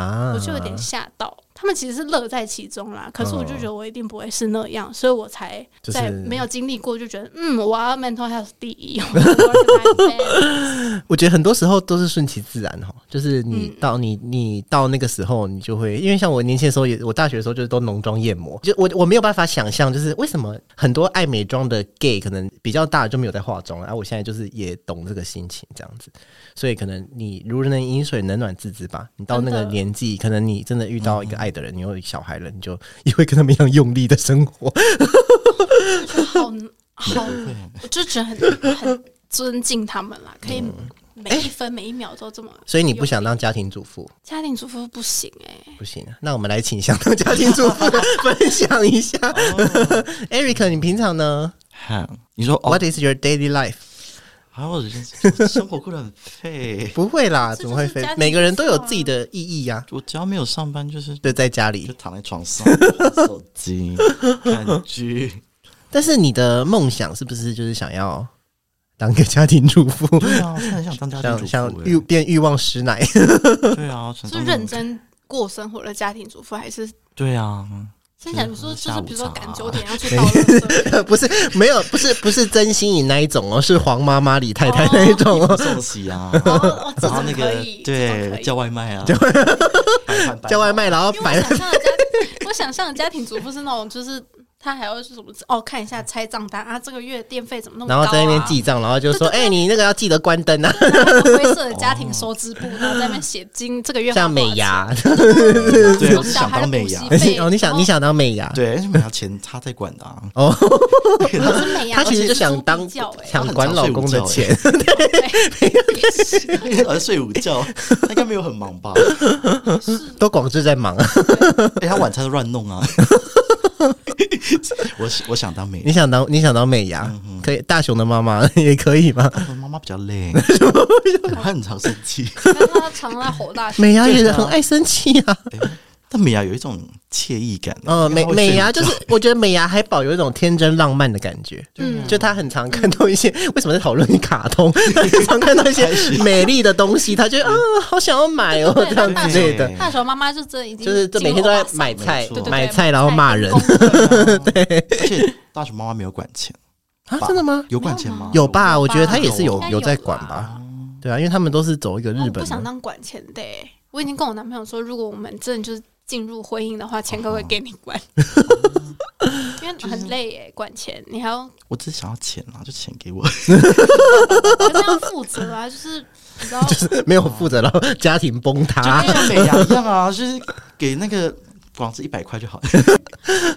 S1: 啊，
S2: 我就有点吓到。他们其实是乐在其中啦，可是我就觉得我一定不会是那样，所以我才
S1: 就是
S2: 在没有经历过就觉得，嗯，我要 mental health 第一，我要 work life balance
S1: 我觉得很多时候都是顺其自然哈，就是你
S2: 嗯
S1: 到你你到那个时候，你就会因为像我年轻的时候也，我大学的时候就是都浓妆艳抹，就我我没有办法想象，就是为什么很多爱美妆的 gay 可能比较大就没有在化妆，啊然、后我现在就是也懂这个心情这样子，所以可能你如人饮水，冷暖自知吧。你到那个
S2: 真的嗯
S1: 年纪，可能你真的遇到一个爱的人，你有小孩了，你就 *laughs* 也会跟他们一样用力的生活。 *laughs*
S2: 好好，我就觉得很很尊敬他们啦，可以
S1: 嗯
S2: 每一分每一秒都这么。
S1: 所以你不想当家庭主妇，
S2: 家庭主妇不行哎、
S1: 不行、啊。那我们来请想当家庭主妇的分享一下。Eric，你
S2: 哦
S1: 平常呢、
S3: 哈，你说哦
S1: w h，a t is your daily life？
S3: 啊，我人生生活过得很废，
S1: 不会啦，
S2: 这
S1: 怎么会
S2: 就是
S1: 分
S2: 家？庭
S1: 每个人都有
S2: 主妇啊啊
S1: 自己的意义呀、
S3: 我只要没有上班 *laughs* 就是
S1: 对，在家
S3: 就
S1: 里。
S3: 躺在床 *laughs* 上玩手机看剧，
S1: 但是你的梦想是不是就是想要当个家庭主妇？
S3: 对啊，我真的很想当家
S1: 像
S3: 庭主
S1: 像
S3: 妇
S1: 欲
S3: 欸，
S1: 变欲望食奶， *laughs*
S3: 对啊，想
S2: 是
S3: 当
S2: 认，真过生活的家庭主妇，还是
S3: 对啊，
S2: 先想说就是比如
S1: 啊
S2: 说赶九点要去
S1: *laughs* 下
S2: 倒
S1: 午
S2: 垃圾，
S1: 不是没有，不是不是真心颖那一种哦，是黄妈妈李太太那一种哦，
S3: 送洗啊，
S2: 哦
S1: *laughs*
S2: 哦，这
S3: *laughs* 然后
S2: 种
S3: 那
S2: 可
S3: 个
S2: 以，这种可
S3: 对
S2: 以
S3: 叫。外卖啊， *laughs*
S1: 叫外卖然后
S2: 因为
S1: 摆
S2: 我想象的家，我想象的家庭主妇是那种，就是她还要是什么哦，看一下拆账单啊，这个月电费怎么那么
S1: *laughs* 然
S2: 高、啊，
S1: 后在那边记账，然后就说：“哎、你那个要记得关灯啊，
S2: 灰色的家庭收支部，然后在那边写今这个月
S1: 哦像美牙。
S3: 对，
S2: 从
S3: 我是
S2: 小
S3: 想
S2: 孩的
S3: 当美
S2: 补习
S3: 牙，
S2: 费
S1: *laughs* 哦，你想你想当美牙？
S3: 对，但是美牙钱他在管的啊，
S2: *laughs*
S3: *laughs*
S2: 我是美牙，
S1: 他其实就想
S2: 而
S1: 当
S2: 且是猪比较欸 *laughs*
S1: 想管老公的钱，
S3: 我在睡午觉，他应该没有很忙吧？
S1: *laughs* 都广志在忙啊。
S3: 哎，他晚餐都乱弄 *laughs* 啊。我我想当美
S1: 你
S3: 牙，
S1: 想当你想当美牙，可以大雄的妈妈 *laughs* 也可以吗？
S3: 我妈妈比较 *laughs* 累，她很常生气。
S2: 但是他常常在吼大声。
S1: 美牙也很爱生气啊，
S3: 哎但美牙有一种惬意感、啊，
S1: 呃，
S3: 因为
S1: 美
S3: 它会
S1: 美牙
S3: 睡
S1: 就是， *laughs* 我觉得美牙还保有一种天真浪漫的感觉。
S2: 嗯
S1: 就他很常看到一些，为什么在讨论卡通？他很常看到一些美丽的东西，他觉得啊，好想要买哦，
S2: 对啊
S1: 这样之类的
S3: 对。
S2: 那时候妈妈就真的已经
S1: 就是这每天都在买
S2: 进入
S1: 菜
S3: 没错对对，对
S1: 买菜然后骂人
S2: 我爸上工作了
S3: 而且大熊妈妈没有管钱
S1: 啊？真的吗？
S3: 有管钱吗？
S1: 有吧？我觉得他也是有
S2: 应该有
S1: 有在管吧？对啊，因为他们都是走一个
S2: 我
S1: 日
S2: 不
S1: 本
S2: 想
S1: 的，
S2: 当管钱的欸、我已经跟我男朋友说，如果我们真的就是进入婚姻的话，钱可不可以给你管？ *laughs* 因为很累耶、管钱你还要
S3: 我只想要钱啊，就钱给我。
S2: 可是要负责啊，就是你
S1: *laughs*
S2: 知道，
S1: 没有负责，然后家庭崩塌。
S3: 就像美牙一样啊，就是给那个广子一百块就好了。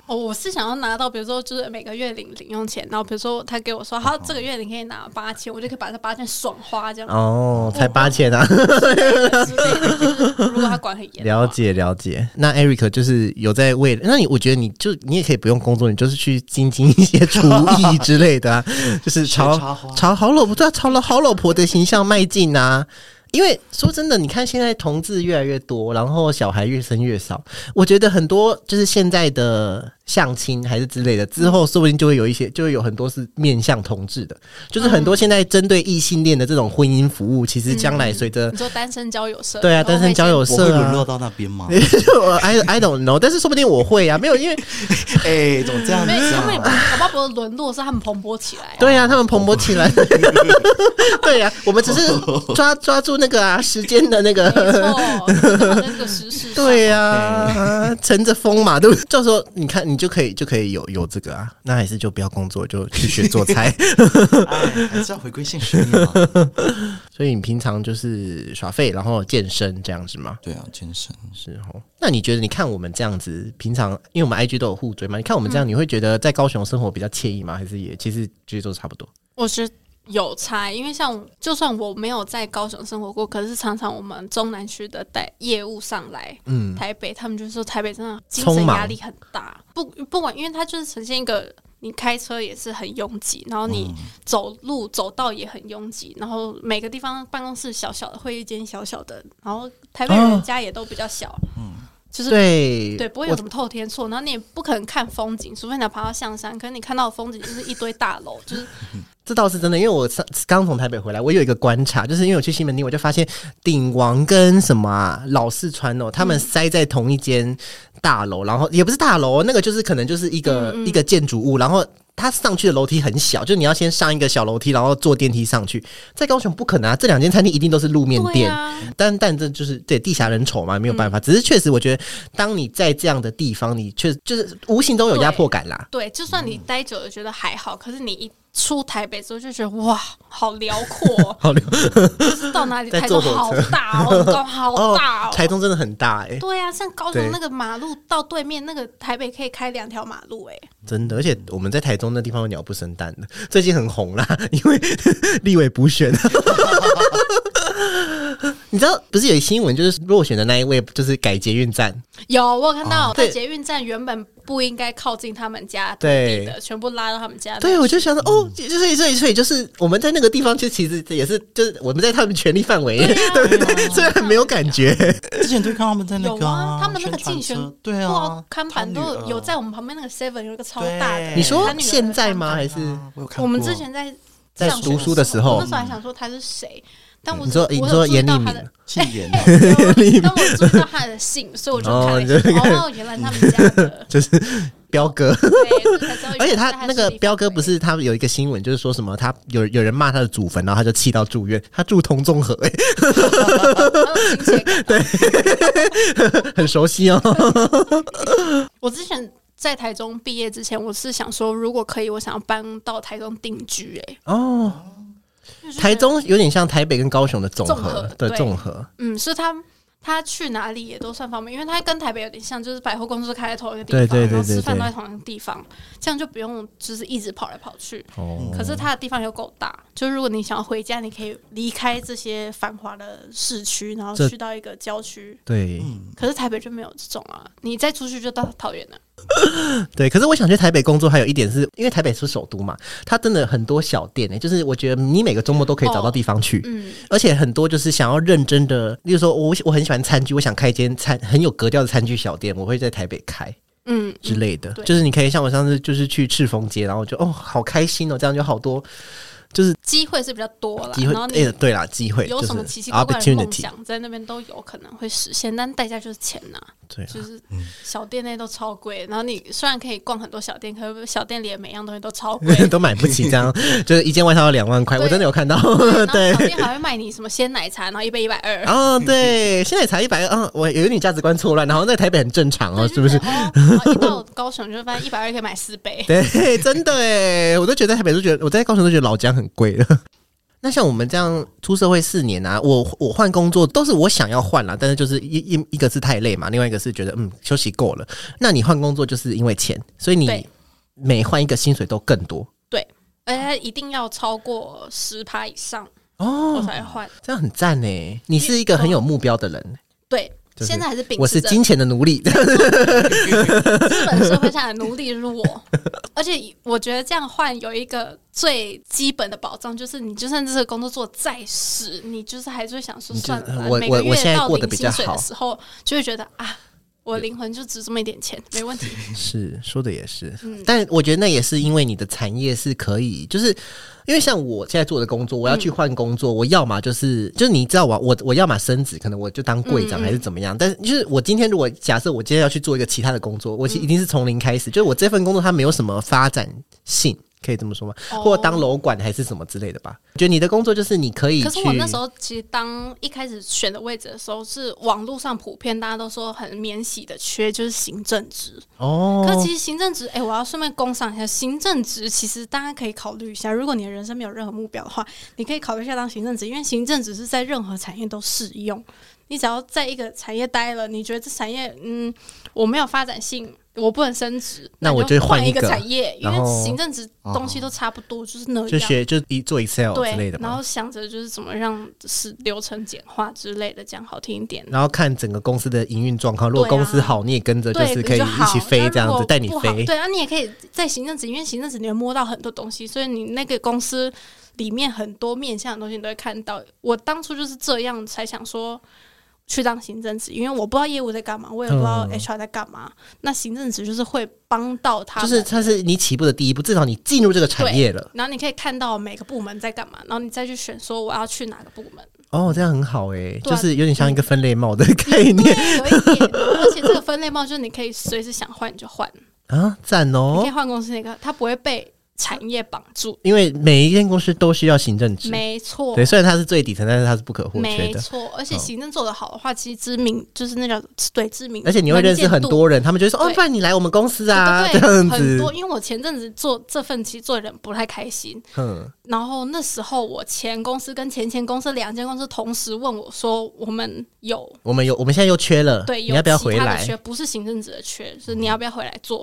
S2: 哦我是想要拿到，比如说就是每个月领零用钱，然后比如说他给我说，好，这个月你可以拿八千，我就可以把这八千爽花这样
S1: 哦，才八千啊！
S2: 之类的。就
S1: *laughs*
S2: 是如果他管很严，
S1: 了。解了解。那 Eric 就是有在为，那你我觉得你就你也可以不用工作，你就是去精进一些厨艺之类的、啊，就是朝
S3: 学插花
S1: 朝好老婆对啊，朝了好老婆的形象迈进啊。因为说真的，你看现在同志越来越多，然后小孩越生越少，我觉得很多就是现在的相亲还是之类的，之后说不定就会有一些，就会有很多是面向同志的，就是很多现在针对异性恋的这种婚姻服务，其实将来随着、
S2: 你说单身交友社，
S1: 对
S2: 嗯
S1: 啊，
S2: 哦然后会
S1: 单身交友
S3: 我会
S1: 社、啊、
S3: 沦落到那边
S1: *laughs*
S3: 吗？
S1: 就我 I I don't know，但是说不定我会啊，没有，因为
S3: *laughs* 哎，怎么这样子
S2: 没有，他们也
S1: *laughs*
S3: 啊？
S2: 不搞不好不是沦落，是他们蓬勃起来、啊。
S1: 对啊，他们蓬勃起来，对啊，我们只是抓抓住那个啊时间的
S2: *laughs*
S1: 那
S2: 没
S1: 个，
S2: 错，就是那个时
S1: *laughs*
S2: 事上
S1: 对啊，乘着风嘛，对不对？到时候你看，你就可以就可以有有这个啊，那还是就不要工作，就去学做菜。
S3: 哎，还是要回归现实啊面嘛。
S1: 所以你平常就是耍废，然后健身这样子嘛。
S3: 对啊，健身
S1: 是哦，那你觉得你看我们这样子，平常因为我们 IG 都有互追嘛，你看我们这样，你会觉得在高雄生活比较惬意吗？还是也其实其实都差不多？
S2: 我觉得有差，因为像就算我没有在高雄生活过，可是常常我们中南区的带业务上来
S1: 嗯，
S2: 台北，他们就说台北真的精
S1: 匆
S2: 神
S1: 忙
S2: 压力很大，不不管，因为它就是呈现一个。你开车也是很拥挤，然后你
S1: 嗯
S2: 走路走道也很拥挤，然后每个地方办公室小小的，会议间小小的，然后台北人家也都比较小，就是
S1: 对
S2: 对，不会
S1: 啊我
S2: 有什么透天错，然后你也不可能看风景，除非你要爬到象山，可是你看到的风景就是一堆大楼，就是
S1: 这倒是真的，因为我上刚从台北回来，我有一个观察，就是因为我去西门町，我就发现鼎王跟什么、啊、老四川哦，他们塞在同一间大楼，然后也不是大楼，那个就是可能就是一个、
S2: 嗯
S1: 一个建筑物，然后它上去的楼梯很小，就你要先上一个小楼梯，然后坐电梯上去。在高雄不可能啊，这两间餐厅一定都是路面
S2: 对
S1: 店，
S2: 啊，
S1: 但但这就是对地狭人稠嘛，没有办法。只是确实，我觉得当你在这样的地方，你确就是无形中有压迫感啦。，
S2: 对，就算你待久了觉得还好，可是你一出台北之后就觉得哇，好辽阔
S1: 好了，
S2: 就是到哪里
S1: 在
S2: 台中
S1: 坐火
S2: 好
S1: 车
S2: 大哦，高好大
S1: 台
S2: 哦。
S1: 中真的很大哎、
S2: 对啊，像高
S1: 对
S2: 雄那个马路到对面那个台北可以开两条马路哎、
S1: 真的，而且我们在台中那地方有鸟不生蛋的， *laughs* 最近很红啦，因为 *laughs* 立委补选。 *laughs* 你知道，不是有新闻，就是落选的那一位，就是改捷运站，
S2: 有我有看到、
S1: 对
S2: 在捷运站原本不应该靠近他们家土地的，全部拉到他们家来。
S1: 对我就想说，哦，所以所以所以就是我们在那个地方，就其实也是就是我们在他们权力范围， *laughs* 对啊不对？虽然没有感觉，
S3: 之前就看他们在那
S2: 有
S3: 个啊、
S2: 他们那个竞选
S3: 宣传车对啊
S2: 过，看板都
S3: 他
S2: 有
S3: 女儿
S2: 有在我们旁边那个 Seven 有一个超大的
S3: 对。
S1: 你说
S2: 他女儿的
S1: 现在吗？
S2: 看板
S1: 还是
S3: 我有看过
S2: 我们之 *laughs* 前在
S1: 在
S2: 上学
S1: 读书的时候
S2: 我那时候还想说他是谁，但我
S1: 你说
S2: 只
S1: 你
S2: 我有
S1: 说
S2: 注意
S1: 严
S2: 到
S1: 立
S2: 他
S1: 敏
S2: 的，，
S3: 姓严
S1: *laughs*
S2: 对但我注意到他的姓，所以我就看了一
S1: 哦你就
S2: 下，
S1: *laughs*
S2: 哦，原来他们家的，
S1: 彪哥，
S2: 对，就才知道原来
S1: 而且他
S2: 在
S1: 那个
S2: 势力
S1: 彪哥
S2: 范围
S1: 不是他有一个新闻，就是说什么他有有人骂他的祖坟，然后他就气到住院，他住同众和、欸，
S2: 蛮有哦亲切感
S1: 很熟悉哦。
S2: 我之前在台中毕业之前，我是想说，如果可以，我想要搬到台中定居，哎，
S1: 哦，台中有点像台北跟高雄的总和
S2: 综合
S1: 的
S2: 对
S1: 综合，
S2: 嗯，是他他去哪里也都算方便，因为他跟台北有点像，就是百货公司都开在同一个地方，
S1: 对对对
S2: 然后
S1: 对
S2: 吃饭
S1: 对
S2: 都在同一个地方，这样就不用就是一直跑来跑去。
S1: 哦
S2: 可是它的地方又够大，就是如果你想要回家，你可以离开这些繁华的市区，然后
S1: 这
S2: 去到一个郊区。
S1: 对，
S2: 可是台北就没有这种啊，你再出去就到桃园了。
S1: 对，可是我想去台北工作，还有一点是因为台北是首都嘛，它真的很多小店呢、欸就是我觉得你每个周末都可以找到地方去，
S2: 嗯，
S1: 而且很多就是想要认真的，例如说我我很喜欢餐具，我想开一间餐很有格调的餐具小店，我会在台北开
S2: 嗯
S1: 之类的，
S2: 对
S1: 就是你可以像我上次就是去赤峰街，然后我就哦好开心哦，这样就好多就是
S2: 机会是比较多啦，
S1: 机会，
S2: 然后
S1: 哎、
S2: 你
S1: 对啦，机会
S2: 有
S1: 就是啊
S2: 什么奇奇怪怪的梦
S1: opportunity，
S2: 想，在那边都有可能会实现，但代价就是钱呐、
S1: 对啊嗯啦，
S2: 就是小店内都超贵，然后你虽然可以逛很多小店，可是小店里的每样东西都超
S1: *laughs*
S2: 贵。
S1: 都买不起，这
S2: *laughs*
S1: 样就是一件外套要两万块，
S2: 对
S1: 我真的有看到，
S2: 然后
S1: 对
S2: 小。店还会卖你什么鲜奶茶，然后一杯一百二，
S1: 哦， *laughs* 对，现在才一百二，嗯，我有点价值观错乱，然后在台北很正常哦，
S2: 对
S1: 是不是
S2: 就？哦然后一到高雄就发现一百二可以买四杯。
S1: 对， *laughs* 真的哎，我都觉得在台北都觉得，我在高雄都觉得老家很贵了。 *laughs* 那像我们这样出社会四年啊，我我换工作都是我想要换啦，但是就是一一一个是太累嘛，另外一个是觉得嗯休息够了。那你换工作就是因为钱，所以你
S2: 对
S1: 每换一个薪水都更多
S2: 而且它一定要超过十趴以上，我
S1: 哦，
S2: 才会换。
S1: 这样很赞呢。你是一个很有目标的人，
S2: 对，
S1: 就是
S2: 现在还是秉
S1: 我
S2: 持
S1: 是
S2: 着
S1: 金钱的奴隶。
S2: 资 *laughs* 本社会下的奴隶就是我，而且我觉得这样换有一个最基本的保障，就是你就算这个工作做再死，你就是还是会想说
S1: 你就
S2: 算了，
S1: 我
S2: 每个
S1: 我我现
S2: 月
S1: 在
S2: 到
S1: 过得
S2: 领
S1: 比较
S2: 薪水
S1: 好
S2: 的时候，就会觉得啊，我灵魂就值这么一点
S1: *laughs*
S2: 钱，没问题。
S1: 是说的也是，
S2: 嗯
S1: 但我觉得那也是因为你的产业是可以，就是因为像我现在做的工作，我要去换工
S2: 嗯
S1: 作，我要嘛就是就是你知道我我我要嘛升职，可能我就当柜
S2: 嗯
S1: 长
S2: 嗯嗯
S1: 还是怎么样，但是就是我今天如果假设我今天要去做一个其他的工作，我其一定是从零开
S2: 嗯
S1: 始，就是我这份工作它没有什么发展性。可以这么说吗？
S2: 哦
S1: 或当楼管还是什么之类的吧？我觉得你的工作就是你可以去，
S2: 可是我那时候其实当一开始选的位置的时候，是网络上普遍大家都说很免洗的缺就是行政职，
S1: 哦，
S2: 可其实行政职，哎、我要顺便工商一下，行政职其实大家可以考虑一下，如果你的人生没有任何目标的话，你可以考虑一下当行政职，因为行政职是在任何产业都适用。你只要在一个产业待了，你觉得这产业，嗯，我没有发展性，我不能升职，
S1: 那我
S2: 你就
S1: 就换
S2: 换
S1: 一
S2: 个
S1: 个
S2: 产业，因
S1: 然后哦
S2: 为行政职东西都差不多，就是那
S1: 就
S2: 样。
S1: 学就一做 Excel 之类
S2: 对
S1: 的，嘛。
S2: 然后想着就是怎么让是流程简化之类的，讲好听一点。
S1: 然后看整个公司的营运状况，如果
S2: 对啊
S1: 公司好，你也跟着就
S2: 对，
S1: 是
S2: 你
S1: 可以
S2: 就好
S1: 一起飞
S2: 那
S1: 这样
S2: 如
S1: 子，
S2: 果
S1: 带你
S2: 不好
S1: 飞。
S2: 对啊，你也可以在行政职，因为行政职你会摸到很多东西，所以你那个公司里面很多面向的东西你都会看到。我当初就是这样才想说去当行政职，因为我不知道业务在干嘛，我也不知道
S1: 嗯
S2: HR 在干嘛。那行政职就是会帮到他
S1: 就
S2: 们，
S1: 是它是你起步的第一步，至少你进入这个产业了。
S2: 然后你可以看到每个部门在干嘛，然后你再去选说我要去哪个部门。
S1: 哦，这样很好哎、
S2: 对啊
S1: 就是有点像一个分类帽的概念、
S2: 对，有一点，而且这个分类帽就是你可以随时想换你就换，
S1: 啊，赞
S2: 嗯你可以
S1: 哦！
S2: 换公司那个，它不会被产业绑住。
S1: 因为每一间公司都需要行政职，
S2: 没错，
S1: 对，虽然它是最底层，但是它是不可或缺
S2: 没
S1: 的。
S2: 错，而且
S1: 好
S2: 行政做得好的话，其实知名就是那叫对知名，
S1: 而且你会认识很多人，他们就会说：“哦，
S2: 对
S1: 不然你来我们公司
S2: 能见
S1: 啊，
S2: 度
S1: 这
S2: 对对对
S1: 样
S2: 很
S1: 子
S2: 多。。”因为我前阵子做这份，其实做的人不太开心。
S1: 嗯，
S2: 然后那时候我前公司跟前前公司两间公司同时问我说，我们有
S1: 我们有，我们现在又缺了，
S2: 对
S1: 你
S2: 有
S1: 要不要
S2: 其
S1: 回
S2: 他的
S1: 来？嗯
S2: 缺不是行政职的缺，就是你要不要回来做？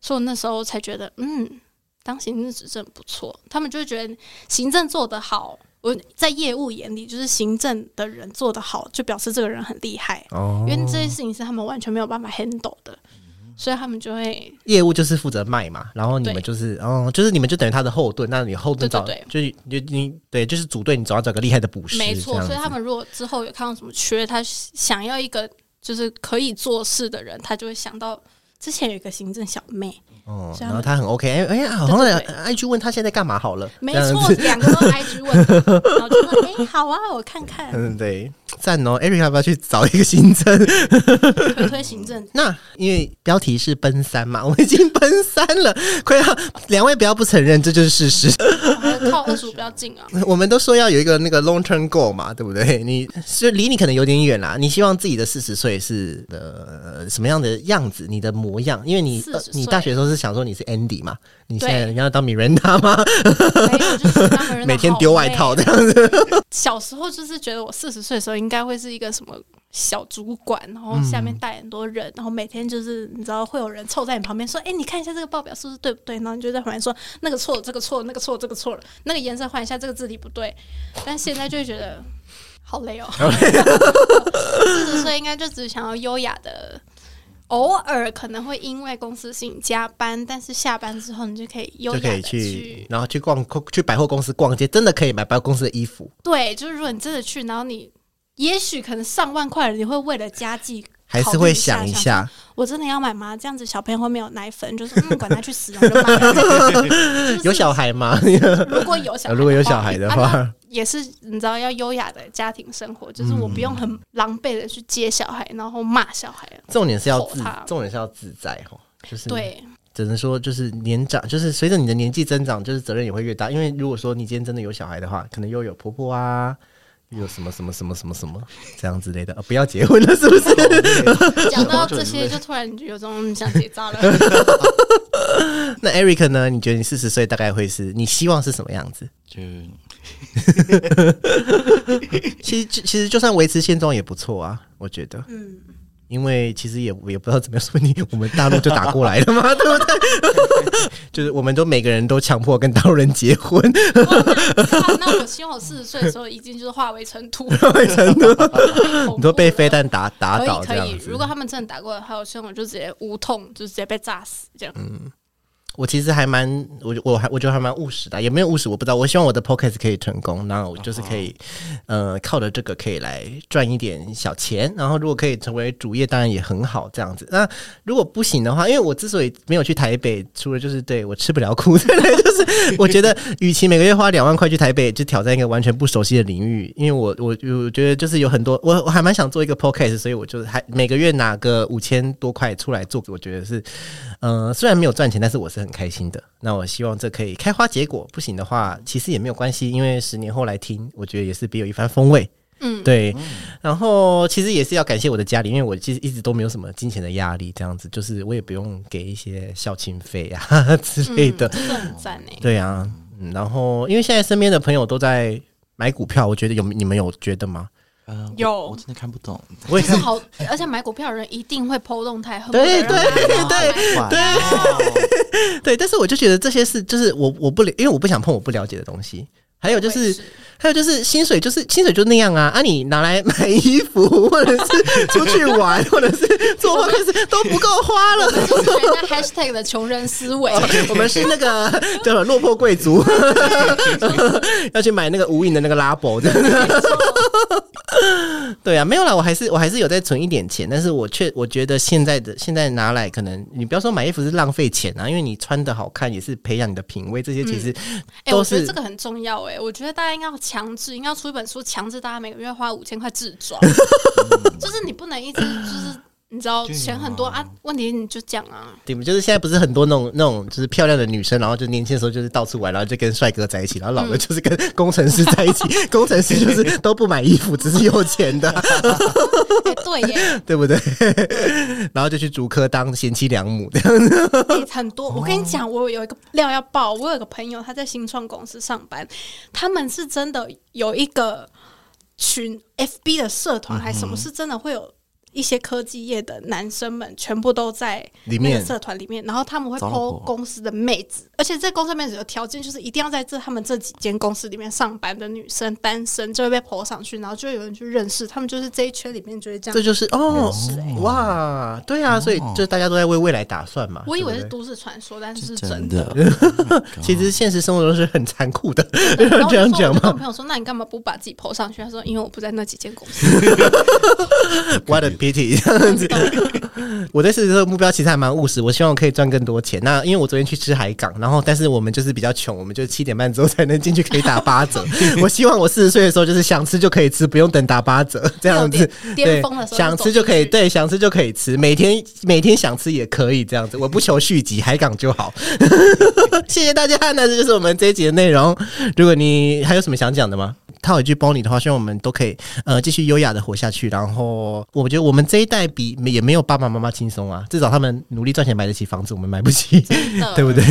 S2: 所以我那时候才觉得，嗯，当行政职真的不错。他们就会觉得行政做得好。我在业务眼里，就是行政的人做得好，就表示这个人很厉害。
S1: 哦
S2: 因，为这些事情是他们完全没有办法 handle 的，所以他们就会
S1: 业务就是负责卖嘛，然后你们
S2: 对
S1: 就是，哦，就是你们就等于他的后盾，那你后盾
S2: 对
S1: 找，
S2: 对
S1: 就是你你对，就是组队，你总要找个厉害的捕食，
S2: 没错。
S1: 这样
S2: 所以他
S1: 子
S2: 们如果之后有看到什么缺，他想要一个就是可以做事的人，他就会想到之前有一个行政小妹，
S1: 哦
S2: 所以，他
S1: 然后
S2: 们
S1: 他很 OK，哎哎呀，好像
S2: 对对
S1: 爱去问他现在干嘛好了，
S2: 没
S1: 这样
S2: 错
S1: 子，，
S2: 两个都 IG 问他，然后就说：“哎、好啊，我看看，
S1: *laughs* 嗯，对，赞哦，Eric 要不要去找一个新增？ *laughs*
S2: 推推行政。”
S1: 那因为标题是奔三嘛，我们已经奔三了，快要两位不要不承认，这就是事实。
S2: 我还靠二十五标进啊，
S1: *laughs* 我们都说要有一个那个 long term goal 嘛，对不对？ *laughs* 你是离你可能有点远啦，你希望自己的四十岁是呃什么样的样子，你的模样，因为你
S2: 40
S1: 呃
S2: 岁
S1: 你大学的时候是想说你是 Andy 嘛，你现在
S2: 对
S1: 你要当 Miranda 吗？
S2: 没有，就是他们人
S1: *laughs* 每天丢外套
S2: 的
S1: 这
S2: 好
S1: 样子，
S2: 累。小时候就是觉得我四十岁的时候应该会是一个什么。小主管，然后下面带很多人，然后每天就是你知道会有人凑在你旁边说：“哎、你看一下这个报表是不是对不对？”然后你就在旁边说：“那个错了，这个错了，那个错了，这个错了，那个颜色换一下，这个字体不对。”但现在就会觉得好累哦。四十岁应该就只想要优雅的偶尔可能会因为公司事情加班，但是下班之后你就可以优
S1: 就
S2: 雅
S1: 可以
S2: 的
S1: 去，然后去逛去百货公司逛街，真的可以买百货公司的衣服，
S2: 对，就是如果你真的去，然后你也许可能上万块，你会为了家计
S1: 还
S2: 考
S1: 是
S2: 虑
S1: 会
S2: 一下
S1: 想一
S2: 想
S1: 下。
S2: 我真的要买吗？这样子小朋友会没有奶粉，就是嗯，管他去死，然后就买了。
S1: *laughs*
S2: 就是
S1: 有小孩吗？ *laughs*
S2: 如果有小孩的话，
S1: 如果有小孩的
S2: 啊
S1: 话
S2: 那，也是你知道要优雅的家庭生活，就是我不用
S1: 嗯
S2: 很狼狈的去接小孩，然后骂小孩。
S1: 重点是要自
S2: 吼他，
S1: 重点是要自在哈，就是，
S2: 对，
S1: 只能说就是年长，就是随着你的年纪增长，就是责任也会越大。因为如果说你今天真的有小孩的话，可能又有婆婆啊。又有什么什么什么什么什么这样之类的，呃不要结婚了是
S2: *laughs*
S1: 不是？
S2: 讲到这些，就突然有种嗯想结扎了。 *laughs*
S1: 那 Eric 呢？你觉得你四十岁大概会是你希望是什么样子？
S3: 就
S1: 其实其实就算维持现状也不错啊，我觉得，
S2: 嗯，
S1: 因为其实也也不知道怎么样，说你我们大陆就打过来了嘛， *laughs* 对不对？就是我们都每个人都强迫跟大陆人结
S2: *laughs*
S1: 婚，
S2: 哇那我希望我四十岁的时候，已经就是化为尘土，尘土
S1: *laughs* 你都被飞弹打打倒这
S2: 可以可以
S1: 样，子
S2: 如。果他们真的打过来的话，我希望我就直接无痛，就直接被炸死这
S1: 嗯
S2: 样。
S1: 我其实还蛮，我我还我觉得还蛮务实的，啊也没有务实，我不知道。我希望我的 podcast 可以成功，然后我就是可以，呃，靠着这个可以来赚一点小钱，然后如果可以成为主业，当然也很好这样子。那如果不行的话，因为我之所以没有去台北，除了就是对我吃不了苦， *laughs* 再来就是我觉得，与其每个月花两万块去台北，就挑战一个完全不熟悉的领域，因为我我我觉得就是有很多，我我还蛮想做一个 podcast，所以我就是还每个月拿个五千多块出来做，我觉得是呃，虽然没有赚钱，但是我是很开心的。那我希望这可以开花结果，不行的话，其实也没有关系，因为十年后来听，我觉得也是别有一番风味。
S2: 嗯
S1: 对，然后其实也是要感谢我的家里，因为我其实一直都没有什么金钱的压力，这样子就是我也不用给一些孝亲费啊 *laughs* 之类的。
S2: 真的很赞哎。
S1: 对啊，嗯，然后因为现在身边的朋友都在买股票，我觉得有你们有觉得吗？
S3: 呃我
S2: 有
S3: 我真的看不懂，
S1: 我也
S2: 就是
S1: 看
S2: 好，而且买股票的人一定会抛动态，恨不得
S1: 对
S2: 让
S1: 对
S2: 大家
S1: 对
S2: 啊
S3: 对，
S1: 对， *laughs* 但是我就觉得这些事就是我我不了，因为我不想碰我不了解的东西。还有就
S2: 我也
S1: 是
S2: 是，
S1: 还有就是薪水就是薪水就那样啊啊！你拿来买衣服，或者是出去玩，或者是做或者是都不够花了。
S2: 就是人家 hashtag 的穷人思
S1: *laughs*
S2: 维，
S1: 我们是那个叫什么落魄贵族， *laughs* 要去买那个无印的那个拉博的。 *laughs* 对啊，没有啦，我还是我还是有在存一点钱，但是我却我觉得现在的现在拿来，可能你不要说买衣服是浪费钱啊，因为你穿的好看也是培养你的品味，这些其实
S2: 哎、
S1: 都
S2: 我觉
S1: 是、
S2: 得这个很重要哎、我觉得大家应该要强制，应该要出一本书，强制大家每个月花五千块自
S1: *laughs*
S2: 装，就是你不能一直就是你知道
S3: 对啊
S2: 钱很多啊，问题你就讲
S1: *laughs*
S2: 啊，
S1: 对，就是现在不是很多那种那种就是漂亮的女生，然后就年轻的时候就是到处玩，然后就跟帅哥在一起，然后
S2: 嗯
S1: 老了就是跟工程师在一起，工程师就是都不买衣服，只是有钱的，
S2: 哎对耶、
S1: 对不对？ *laughs* 然后就去竹科当贤妻良母的，
S2: 哎很多。
S1: 哦
S2: 我跟你讲，我有一个料要爆，我有个朋友他在新创公司上班，他们是真的有一个群 FB 的社团还是
S1: 嗯
S2: 什么，是真的会有。一些科技业的男生们全部都在
S1: 里
S2: 那
S1: 面
S2: 个社团里面，然后他们会
S3: 找老婆
S2: 抛公司的妹子，而且这公司的妹子有条件，就是一定要在这他们这几间公司里面上班的女生单身就会被抛上去，然后就会有人去认识，他们就是这一圈里面就会这
S1: 这
S2: 样。
S1: 就是哦哇，对啊，所以就大家都在为未来打算嘛。
S2: 我以为是
S1: 对不
S2: 都市传说，但是是
S3: 是
S2: 真
S3: 真
S2: 的。
S3: 的，
S1: 对其实现实生活中是很残酷的，
S2: 然后我
S1: *laughs* 这
S2: 就
S1: 样
S2: 说
S1: 讲
S2: 我就跟我
S1: 吗？
S2: 朋友说：“那你干嘛不把自己抛上去？”他说：“因为我不在那几间公司。
S1: What a pity！我 *laughs* 对四十岁的目标其实还蛮务实，我希望我可以赚更多钱。那因为我昨天去吃海港，然后但是我们就是比较穷，我们就七点半之后 *laughs* 才能进去，可以打八折。我希望我四十岁的时候就是想吃就可以吃，不用等打八折这样子。
S2: 六点巅峰的时候就
S1: 对想吃就可以，
S2: 走进
S1: 对，想吃就可以吃，每天每天想吃也可以这样子。我不求续集，海港就好。谢谢大家，那这就是我们这一集的内容。如果你还有什么想讲的吗？套一句包你的话，希望我们都可以呃继续优雅的活下去。然后我觉得我们这一代比也没有爸爸妈妈轻松啊，至少他们努力赚钱买得起房子，我们买不起，
S2: 真的”
S1: 对不对？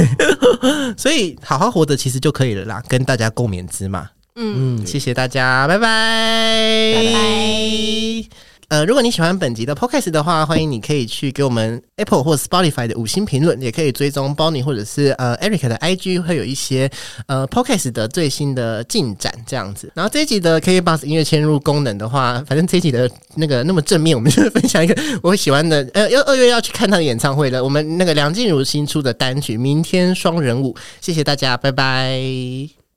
S1: *laughs* 所以好好活着其实就可以了啦，跟大家共勉之嘛。
S2: 嗯。
S1: 嗯，谢谢大家，拜拜，
S2: 拜
S1: 拜。呃，如果你喜欢本集的 podcast 的话，欢迎你可以去给我们 Apple 或 Spotify 的五星评论，也可以追踪 Bonnie 或者是呃 Eric 的 IG，会有一些呃 podcast 的最新的进展这样子。然后这一集的 K Box 音乐嵌入功能的话，反正这一集的那个那么正面，我们就分享一个我喜欢的， *laughs* 呃，要二月要去看他的演唱会了。我们那个梁静茹新出的单曲《明天双人舞》，谢谢大家，拜拜。